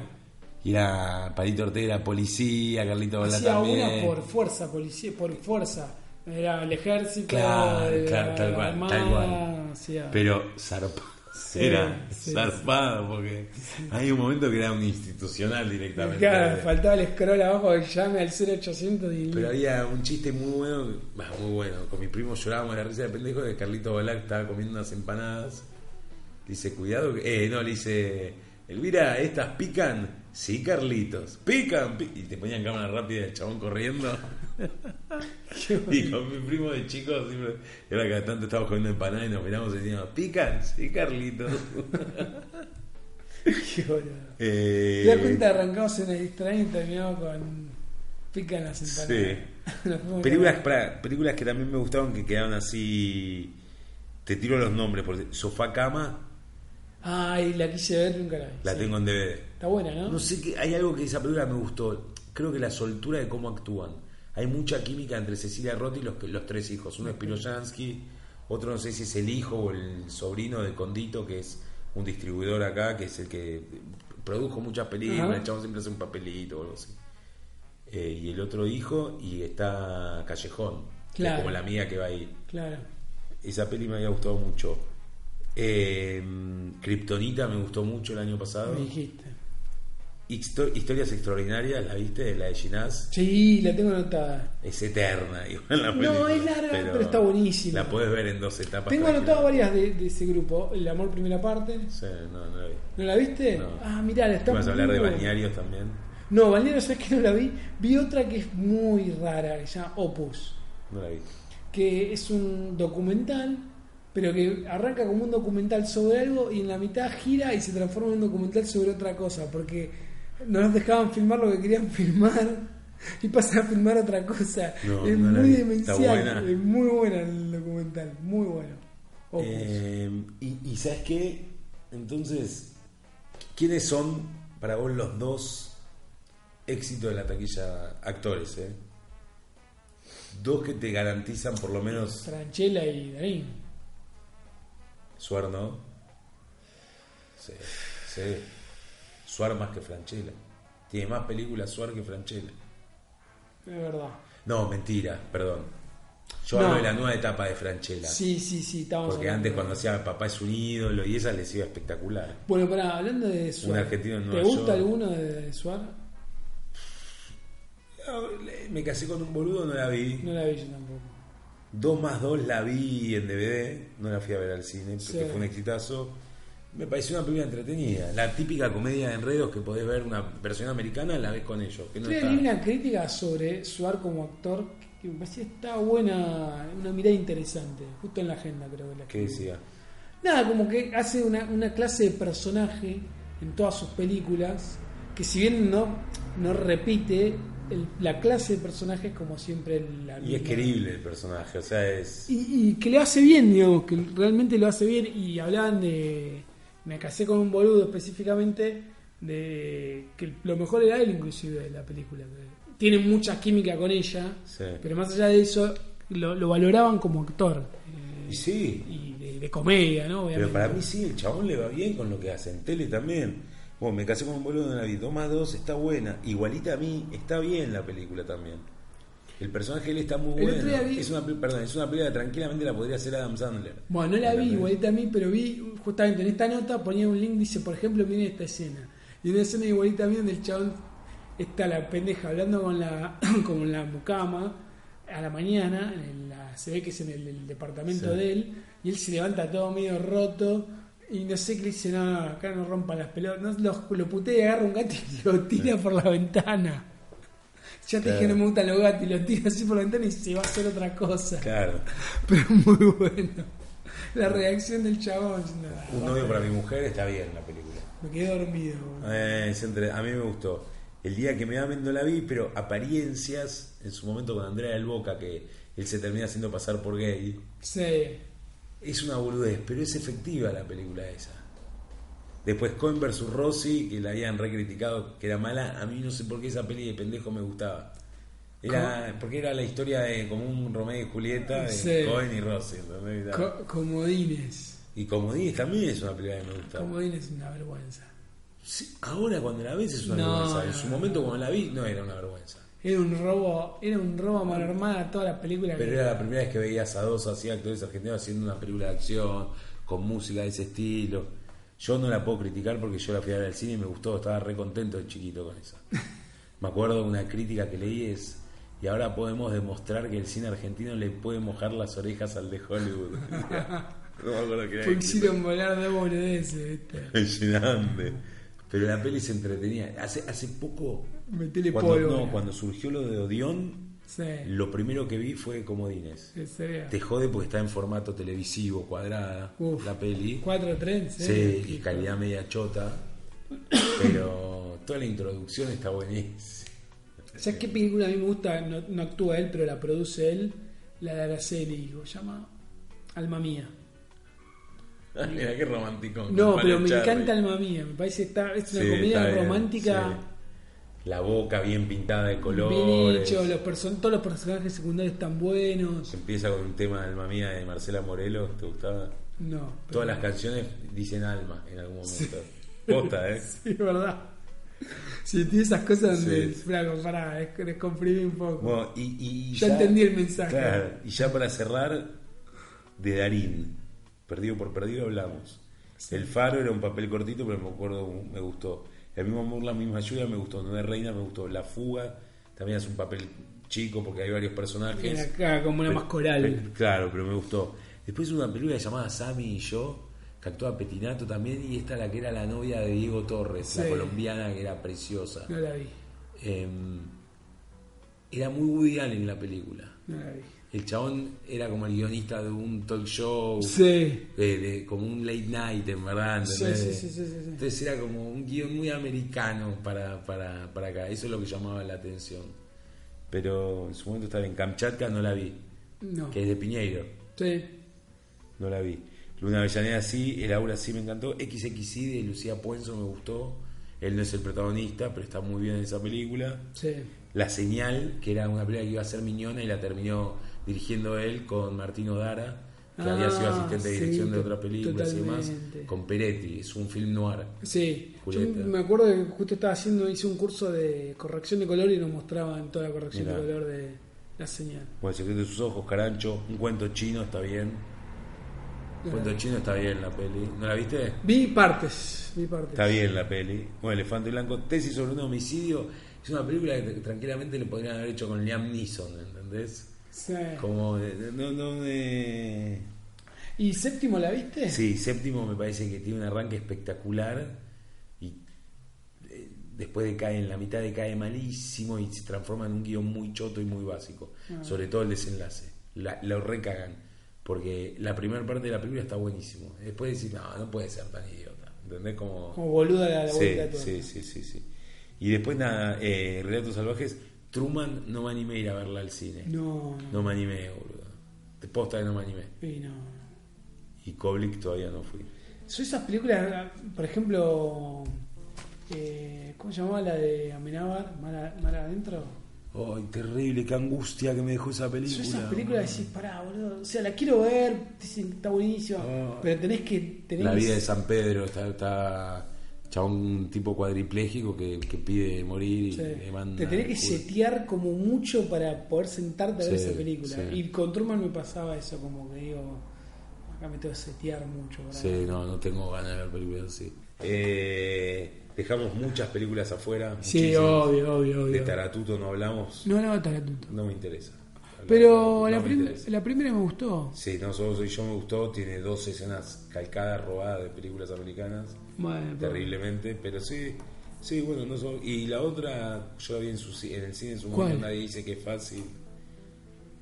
[SPEAKER 2] Y era Palito Ortega, era policía, Carlito Balá
[SPEAKER 1] Hacía
[SPEAKER 2] también.
[SPEAKER 1] una por fuerza, policía, por fuerza. Era el ejército,
[SPEAKER 2] Claro,
[SPEAKER 1] era
[SPEAKER 2] claro, tal
[SPEAKER 1] la
[SPEAKER 2] cual,
[SPEAKER 1] armada,
[SPEAKER 2] tal cual.
[SPEAKER 1] hacía-
[SPEAKER 2] Pero zarpado. Era
[SPEAKER 1] sí,
[SPEAKER 2] zarpado porque hay un momento que era un institucional directamente.
[SPEAKER 1] Claro, faltaba el scroll abajo que llame al 0800 y...
[SPEAKER 2] Pero había un chiste muy bueno, bah, muy bueno. Con mi primo llorábamos de la risa de pendejo de Carlito Balá que estaba comiendo unas empanadas. Le dice, cuidado, que-". eh, no, le dice, Elvira, estas pican. Sí, Carlitos, pican. pi-". Y te ponían cámara rápida el chabón corriendo. y con mi primo de chico siempre, era que tanto estábamos comiendo empanadas y nos miramos y decíamos, pican, sí, Carlitos.
[SPEAKER 1] Qué boludo.
[SPEAKER 2] Eh,
[SPEAKER 1] Te das cuenta, arrancamos en el extraño y terminamos con... Pican las empanadas. Nos fuimos
[SPEAKER 2] Películas,
[SPEAKER 1] con-
[SPEAKER 2] pará, películas que también me gustaban que quedaron así. Te tiro los nombres, porque Sofá Cama
[SPEAKER 1] Ay, la quise ver, nunca la vi.
[SPEAKER 2] la
[SPEAKER 1] Sí.
[SPEAKER 2] tengo en DVD.
[SPEAKER 1] Está buena, ¿no?
[SPEAKER 2] No sé qué, hay algo que esa película me gustó. Creo que la soltura de cómo actúan. Hay mucha química entre Cecilia Roth y los, los tres hijos. Uno es Piroyansky, otro no sé si es el hijo o el sobrino de Condito, que es un distribuidor acá, que es el que produjo muchas películas.
[SPEAKER 1] Ajá.
[SPEAKER 2] El chabón siempre hace un papelito o algo así. Eh, y el otro hijo, y está Callejón, que es
[SPEAKER 1] Claro.
[SPEAKER 2] como la amiga que va ahí.
[SPEAKER 1] Claro.
[SPEAKER 2] Esa peli me había gustado mucho. Eh, Kryptonita me gustó mucho el año pasado.
[SPEAKER 1] Me dijiste.
[SPEAKER 2] Histo- historias extraordinarias, ¿la viste? La de Ginás.
[SPEAKER 1] Sí, la tengo anotada.
[SPEAKER 2] Es eterna. igual la
[SPEAKER 1] No,
[SPEAKER 2] película,
[SPEAKER 1] es larga, pero está buenísima.
[SPEAKER 2] La puedes ver en dos etapas.
[SPEAKER 1] Tengo
[SPEAKER 2] tranquila.
[SPEAKER 1] anotado varias de, de ese grupo. El amor primera parte.
[SPEAKER 2] Sí, no, no la vi.
[SPEAKER 1] ¿No la viste?
[SPEAKER 2] No.
[SPEAKER 1] Ah, mirá, la está
[SPEAKER 2] Vamos a hablar de
[SPEAKER 1] muy buena.
[SPEAKER 2] balnearios también.
[SPEAKER 1] No, Balneario, ¿sabes que no la vi? Vi otra que es muy rara, que se llama Opus.
[SPEAKER 2] No la vi.
[SPEAKER 1] Que es un documental, pero que arranca como un documental sobre algo y en la mitad gira y se transforma en un documental sobre otra cosa. Porque no nos dejaban filmar lo que querían filmar y pasan a filmar otra cosa.
[SPEAKER 2] No,
[SPEAKER 1] es
[SPEAKER 2] no la
[SPEAKER 1] muy
[SPEAKER 2] vi. Está buena.
[SPEAKER 1] demencial. Es muy buena el documental, muy bueno. Opus.
[SPEAKER 2] Eh, y, y ¿sabes qué? Entonces, ¿quiénes son para vos los dos éxitos de la taquilla actores? Eh? Dos que te garantizan por lo menos
[SPEAKER 1] Franchella y Darín.
[SPEAKER 2] Suar no. Sí, sí. Suar más que Franchella. Tiene más películas Suar que Franchella.
[SPEAKER 1] Es verdad.
[SPEAKER 2] No, mentira, perdón. Yo
[SPEAKER 1] No.
[SPEAKER 2] hablo de la nueva etapa de Franchella.
[SPEAKER 1] Sí, sí, sí, estábamos
[SPEAKER 2] porque
[SPEAKER 1] hablando
[SPEAKER 2] antes
[SPEAKER 1] de-
[SPEAKER 2] cuando hacía Papá es un ídolo y esa les iba espectacular.
[SPEAKER 1] Bueno, pará, hablando de Suar.
[SPEAKER 2] argentino en
[SPEAKER 1] ¿Te
[SPEAKER 2] Nueva
[SPEAKER 1] gusta
[SPEAKER 2] York.
[SPEAKER 1] alguno de Suar?
[SPEAKER 2] Me casé con un boludo, no la vi.
[SPEAKER 1] No la vi yo tampoco.
[SPEAKER 2] Dos más dos la vi en DVD, no la fui a ver al cine, porque
[SPEAKER 1] Sí.
[SPEAKER 2] fue un exitazo. Me pareció una película entretenida. La típica comedia de enredos que podés ver una versión americana, la ves con ellos. Que no
[SPEAKER 1] Estoy
[SPEAKER 2] está-
[SPEAKER 1] hay una crítica sobre Suar como actor que me parecía que está buena, una mirada interesante, justo en la agenda creo que la
[SPEAKER 2] ¿Qué
[SPEAKER 1] escribí.
[SPEAKER 2] decía?
[SPEAKER 1] Nada, como que hace una, una clase de personaje en todas sus películas, que si bien no, no repite, el- la clase de personaje es como siempre la
[SPEAKER 2] Y es
[SPEAKER 1] misma.
[SPEAKER 2] querible el personaje, o sea, es.
[SPEAKER 1] Y, y que lo hace bien, digamos, que realmente lo hace bien. Y hablaban de. Me casé con un boludo específicamente. De que lo mejor era él, inclusive, de la película. que Tiene mucha química con ella.
[SPEAKER 2] Sí.
[SPEAKER 1] Pero más allá de eso, lo, lo valoraban como actor. eh,
[SPEAKER 2] Y sí,
[SPEAKER 1] y de, de comedia, ¿no? Obviamente.
[SPEAKER 2] pero para mí sí, el chabón le va bien con lo que hace. En tele también. Bueno, me casé con un boludo de la vida. 2 más 2 está buena. Igualita a mí, está bien la película también. El personaje de él está muy
[SPEAKER 1] El otro
[SPEAKER 2] bueno.
[SPEAKER 1] día vi-
[SPEAKER 2] Es una, pel- perdón, es una película que tranquilamente la podría hacer Adam Sandler.
[SPEAKER 1] Bueno, no la vi
[SPEAKER 2] Realmente.
[SPEAKER 1] igualita a mí, pero vi justamente en esta nota ponía un link, dice, por ejemplo, miren esta escena. Y una escena igualita a mí donde el chabón está la pendeja hablando con la, con la mucama a la mañana, en la- se ve que es en el, el departamento
[SPEAKER 2] Sí.
[SPEAKER 1] de él, y él se levanta todo medio roto. Y no sé qué le dice, no, no, acá no rompan las pelotas. No, lo, lo putea y agarra un gato y lo tira por la ventana. Ya te dije,
[SPEAKER 2] Claro.
[SPEAKER 1] no me gustan los gatos. Y lo tira así por la ventana y se va a hacer otra cosa.
[SPEAKER 2] Claro.
[SPEAKER 1] Pero es muy bueno. La reacción del chabón. diciendo, "Ah,
[SPEAKER 2] Un novio para mi mujer está bien la película.
[SPEAKER 1] Me quedé dormido. boludo".
[SPEAKER 2] Eh, es entre- a mí me gustó. El día que me amen no la vi, pero apariencias, en su momento con Andrea del Boca, que él se termina haciendo pasar por gay.
[SPEAKER 1] Sí.
[SPEAKER 2] Es una boludez, pero es efectiva la película esa. Después Cohen vs. Rossi, que la habían recriticado, que era mala, a mí no sé por qué esa peli de pendejo me gustaba. Era, porque era la historia de como un Romeo y Julieta de
[SPEAKER 1] Sí.
[SPEAKER 2] Cohen y Rossi, ¿entendés? Era-
[SPEAKER 1] Co- comodines.
[SPEAKER 2] Y Comodines también es una película que me gustaba.
[SPEAKER 1] Comodines es una vergüenza.
[SPEAKER 2] Sí, ahora cuando la ves es una
[SPEAKER 1] No,
[SPEAKER 2] vergüenza. En
[SPEAKER 1] no,
[SPEAKER 2] su
[SPEAKER 1] no.
[SPEAKER 2] momento cuando la vi no era una vergüenza.
[SPEAKER 1] Era un robo, era un robo a mano armada toda la película.
[SPEAKER 2] Pero
[SPEAKER 1] que-
[SPEAKER 2] era la primera vez que veías a dos así actores argentinos haciendo una película de acción, con música de ese estilo. Yo no la puedo criticar porque yo la fui a ver al cine y me gustó, estaba re contento de chiquito con esa. Me acuerdo una crítica que leí es, y ahora podemos demostrar que el cine argentino le puede mojar las orejas al de Hollywood. no me acuerdo que era.
[SPEAKER 1] Fue hicieron volar de boludeces, ¿viste?
[SPEAKER 2] Impresionante. Pero la peli se entretenía. Hace, hace poco,
[SPEAKER 1] Metele
[SPEAKER 2] cuando,
[SPEAKER 1] polvo.
[SPEAKER 2] no, cuando surgió lo de Odeón,
[SPEAKER 1] Sí,
[SPEAKER 2] lo primero que vi fue Comodines.
[SPEAKER 1] en serio.
[SPEAKER 2] Te jode porque está en formato televisivo, cuadrada,
[SPEAKER 1] Uf.
[SPEAKER 2] la peli.
[SPEAKER 1] Cuatro trenes,
[SPEAKER 2] Sí, y calidad media chota. Pero toda la introducción está buenísima.
[SPEAKER 1] ¿Sabes qué película a mí me gusta? No, no actúa él, pero la produce él. La de Araceli, ¿cómo se llama? Alma Mía.
[SPEAKER 2] Mira qué romántico.
[SPEAKER 1] No, pero me encanta Alma Mía. Me parece que está, es una comedia romántica.
[SPEAKER 2] La boca bien pintada de
[SPEAKER 1] Bien
[SPEAKER 2] colores.
[SPEAKER 1] hecho, los person- todos los personajes secundarios están buenos.
[SPEAKER 2] Empieza con un tema de Alma Mía de Marcela Morelos, ¿te gustaba?
[SPEAKER 1] No. pero-
[SPEAKER 2] Todas las canciones dicen alma en algún momento. Posta, ¿eh?
[SPEAKER 1] Sí, es verdad. Si tiene esas cosas donde.
[SPEAKER 2] Sí.
[SPEAKER 1] Flaco, pará, des- descomprimí un poco.
[SPEAKER 2] Bueno, y, y- y
[SPEAKER 1] Ya entendí el mensaje.
[SPEAKER 2] Claro, y ya para cerrar, de Darín. Perdido por perdido hablamos. El Faro era un papel cortito, pero me acuerdo, me gustó. El mismo amor, la misma lluvia me gustó. No de Reina me gustó. La Fuga también es un papel chico porque hay varios personajes.
[SPEAKER 1] Era acá como una
[SPEAKER 2] Pero-
[SPEAKER 1] más coral.
[SPEAKER 2] pero- claro, pero me gustó. Después una película llamada Sammy y yo, que actuaba Petinato también, y esta la que era la novia de Diego Torres, la
[SPEAKER 1] Sí.
[SPEAKER 2] colombiana que era preciosa.
[SPEAKER 1] No la vi,
[SPEAKER 2] Em, era muy Woody Allen la película.
[SPEAKER 1] no la vi.
[SPEAKER 2] El chabón era como el guionista de un talk show,
[SPEAKER 1] Sí.
[SPEAKER 2] de, de- como un late night, en verdad.
[SPEAKER 1] Sí,
[SPEAKER 2] ¿entendés?
[SPEAKER 1] sí, sí, sí, sí, sí.
[SPEAKER 2] Entonces era como un guión muy americano para, para, para acá. Eso es lo que llamaba la atención. Pero en su momento estaba en Kamchatka, no la vi.
[SPEAKER 1] No.
[SPEAKER 2] Que es de Piñeiro,
[SPEAKER 1] Sí.
[SPEAKER 2] no la vi. Luna Avellaneda sí, El Aura sí me encantó. XXI de Lucía Puenzo me gustó. Él no es el protagonista, pero está muy bien en esa película.
[SPEAKER 1] Sí.
[SPEAKER 2] La Señal, que era una película que iba a ser Miñona y la terminó dirigiendo él con Martín Odara, que
[SPEAKER 1] Ah,
[SPEAKER 2] había sido asistente de
[SPEAKER 1] sí,
[SPEAKER 2] dirección de
[SPEAKER 1] to-
[SPEAKER 2] otra película y demás,
[SPEAKER 1] totalmente.
[SPEAKER 2] con Peretti. Es un film noir.
[SPEAKER 1] Sí.
[SPEAKER 2] Julieta.
[SPEAKER 1] Yo me acuerdo que justo estaba haciendo, hice un curso de corrección de color y nos mostraban toda la corrección
[SPEAKER 2] Mirá.
[SPEAKER 1] de color de la señal.
[SPEAKER 2] Bueno, El secreto de sus ojos, Carancho, un cuento chino está bien.
[SPEAKER 1] No
[SPEAKER 2] Un
[SPEAKER 1] la
[SPEAKER 2] cuento
[SPEAKER 1] vi.
[SPEAKER 2] chino está bien la peli. ¿No la viste?
[SPEAKER 1] Vi partes, vi partes.
[SPEAKER 2] Está bien la peli. Bueno, Elefante Blanco, Tesis sobre un homicidio. Es una película que tranquilamente le podrían haber hecho con Liam Neeson, ¿entendés?
[SPEAKER 1] Sí.
[SPEAKER 2] Como. eh, No, no, eh,
[SPEAKER 1] ¿Y séptimo la viste?
[SPEAKER 2] Sí, séptimo me parece que tiene un arranque espectacular y eh, después decae en la mitad, decae malísimo y se transforma en un guión muy choto y muy básico. Sobre todo el desenlace. La- lo recagan. Porque la primera parte de la película está buenísimo. Después decís, no, no puede ser tan idiota. ¿Entendés? Como...
[SPEAKER 1] Como boluda la, la
[SPEAKER 2] Sí,
[SPEAKER 1] vuelta toda.
[SPEAKER 2] sí, sí, sí, sí. Y después nada, eh, Relatos Salvajes, Truman no me animé a ir a verla al cine. No,
[SPEAKER 1] No, no.
[SPEAKER 2] me animé, boludo. Te posta que no me animé.
[SPEAKER 1] Y no.
[SPEAKER 2] Y Koblik todavía no fui.
[SPEAKER 1] Son esas películas, por ejemplo, eh, ¿cómo se llamaba la de Amenábar? ¿Mara, Mara Adentro?
[SPEAKER 2] Ay, terrible, qué angustia que me dejó esa
[SPEAKER 1] Son
[SPEAKER 2] película.
[SPEAKER 1] esas películas que decís, pará, boludo. O sea, la quiero ver, dicen que está buenísima,
[SPEAKER 2] Ah.
[SPEAKER 1] pero tenés que. Tenés
[SPEAKER 2] La vida de San Pedro, está, está chabón, un tipo cuadripléjico que, que pide morir y
[SPEAKER 1] Sí.
[SPEAKER 2] le manda.
[SPEAKER 1] Te tenés que
[SPEAKER 2] al culo.
[SPEAKER 1] setear como mucho para poder sentarte a ver
[SPEAKER 2] Sí,
[SPEAKER 1] esa película.
[SPEAKER 2] sí.
[SPEAKER 1] Y con Truman me pasaba eso, como que digo, acá me tengo que setear mucho. Para
[SPEAKER 2] Sí, no, no tengo ganas de ver películas así. Eh, dejamos muchas películas afuera.
[SPEAKER 1] Sí,
[SPEAKER 2] muchísimas.
[SPEAKER 1] obvio, obvio,
[SPEAKER 2] De
[SPEAKER 1] obvio.
[SPEAKER 2] Taratuto no hablamos,
[SPEAKER 1] No, no, Taratuto.
[SPEAKER 2] no me interesa.
[SPEAKER 1] Pero
[SPEAKER 2] No
[SPEAKER 1] la,
[SPEAKER 2] me
[SPEAKER 1] prim-
[SPEAKER 2] interesa.
[SPEAKER 1] la primera me gustó.
[SPEAKER 2] Sí, no solo soy yo me gustó, tiene dos escenas calcadas, robadas de películas americanas.
[SPEAKER 1] Bueno, pero-
[SPEAKER 2] terriblemente, pero sí, sí, bueno, no so- y la otra yo la vi en, su, ci- en el cine en su
[SPEAKER 1] ¿Cuál?
[SPEAKER 2] momento, nadie dice que es fácil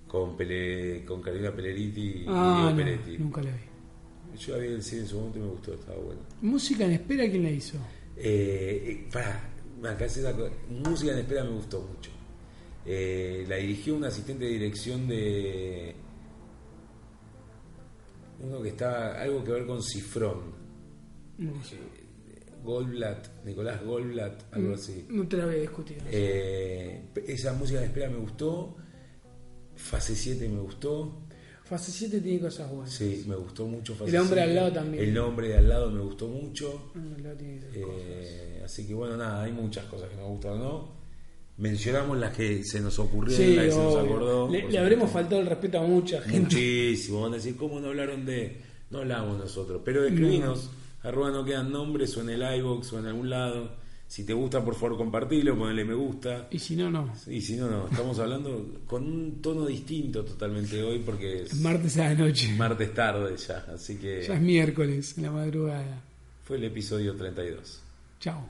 [SPEAKER 2] con Pele, con Carolina Peleriti y
[SPEAKER 1] Ah,
[SPEAKER 2] Diego
[SPEAKER 1] no,
[SPEAKER 2] Peretti.
[SPEAKER 1] nunca la vi.
[SPEAKER 2] Yo la vi en el cine en su momento y me gustó, estaba bueno.
[SPEAKER 1] Música en espera, ¿quién la hizo?
[SPEAKER 2] Eh, eh, pará, me acá se sacó- música en espera me gustó mucho. Eh, la dirigió un asistente de dirección de uno que estaba algo que ver con Cifrón.
[SPEAKER 1] No, sé.
[SPEAKER 2] Goldblatt, Nicolás Goldblatt,
[SPEAKER 1] Mm.
[SPEAKER 2] algo así.
[SPEAKER 1] No te la había discutido.
[SPEAKER 2] Eh, esa música de espera me gustó. Fase 7 me gustó.
[SPEAKER 1] Fase 7 tiene cosas buenas.
[SPEAKER 2] Sí, me gustó mucho. Fase
[SPEAKER 1] El hombre
[SPEAKER 2] siete.
[SPEAKER 1] al lado también.
[SPEAKER 2] El hombre de al lado me gustó mucho.
[SPEAKER 1] No, no Ah, tiene esas cosas.
[SPEAKER 2] Eh, así que bueno, nada, hay muchas cosas que nos gustan, ¿no? Mencionamos las que se nos ocurrieron,
[SPEAKER 1] Sí,
[SPEAKER 2] las que se nos
[SPEAKER 1] obvio.
[SPEAKER 2] acordó.
[SPEAKER 1] Le-
[SPEAKER 2] por
[SPEAKER 1] le,
[SPEAKER 2] supuesto.
[SPEAKER 1] habremos faltado el respeto a mucha gente.
[SPEAKER 2] Muchísimo. Van a decir, ¿cómo no hablaron de.? No hablamos nosotros. Pero escribinos, arroba no quedan nombres, o en el iBox o en algún lado. Si te gusta, por favor, compartilo, ponle me gusta.
[SPEAKER 1] Y si no, no.
[SPEAKER 2] Y si no, no, estamos hablando con un tono distinto totalmente hoy porque es
[SPEAKER 1] Es martes a la noche.
[SPEAKER 2] martes tarde ya. Así que
[SPEAKER 1] Ya es miércoles, en la madrugada.
[SPEAKER 2] fue el episodio 32.
[SPEAKER 1] Chao.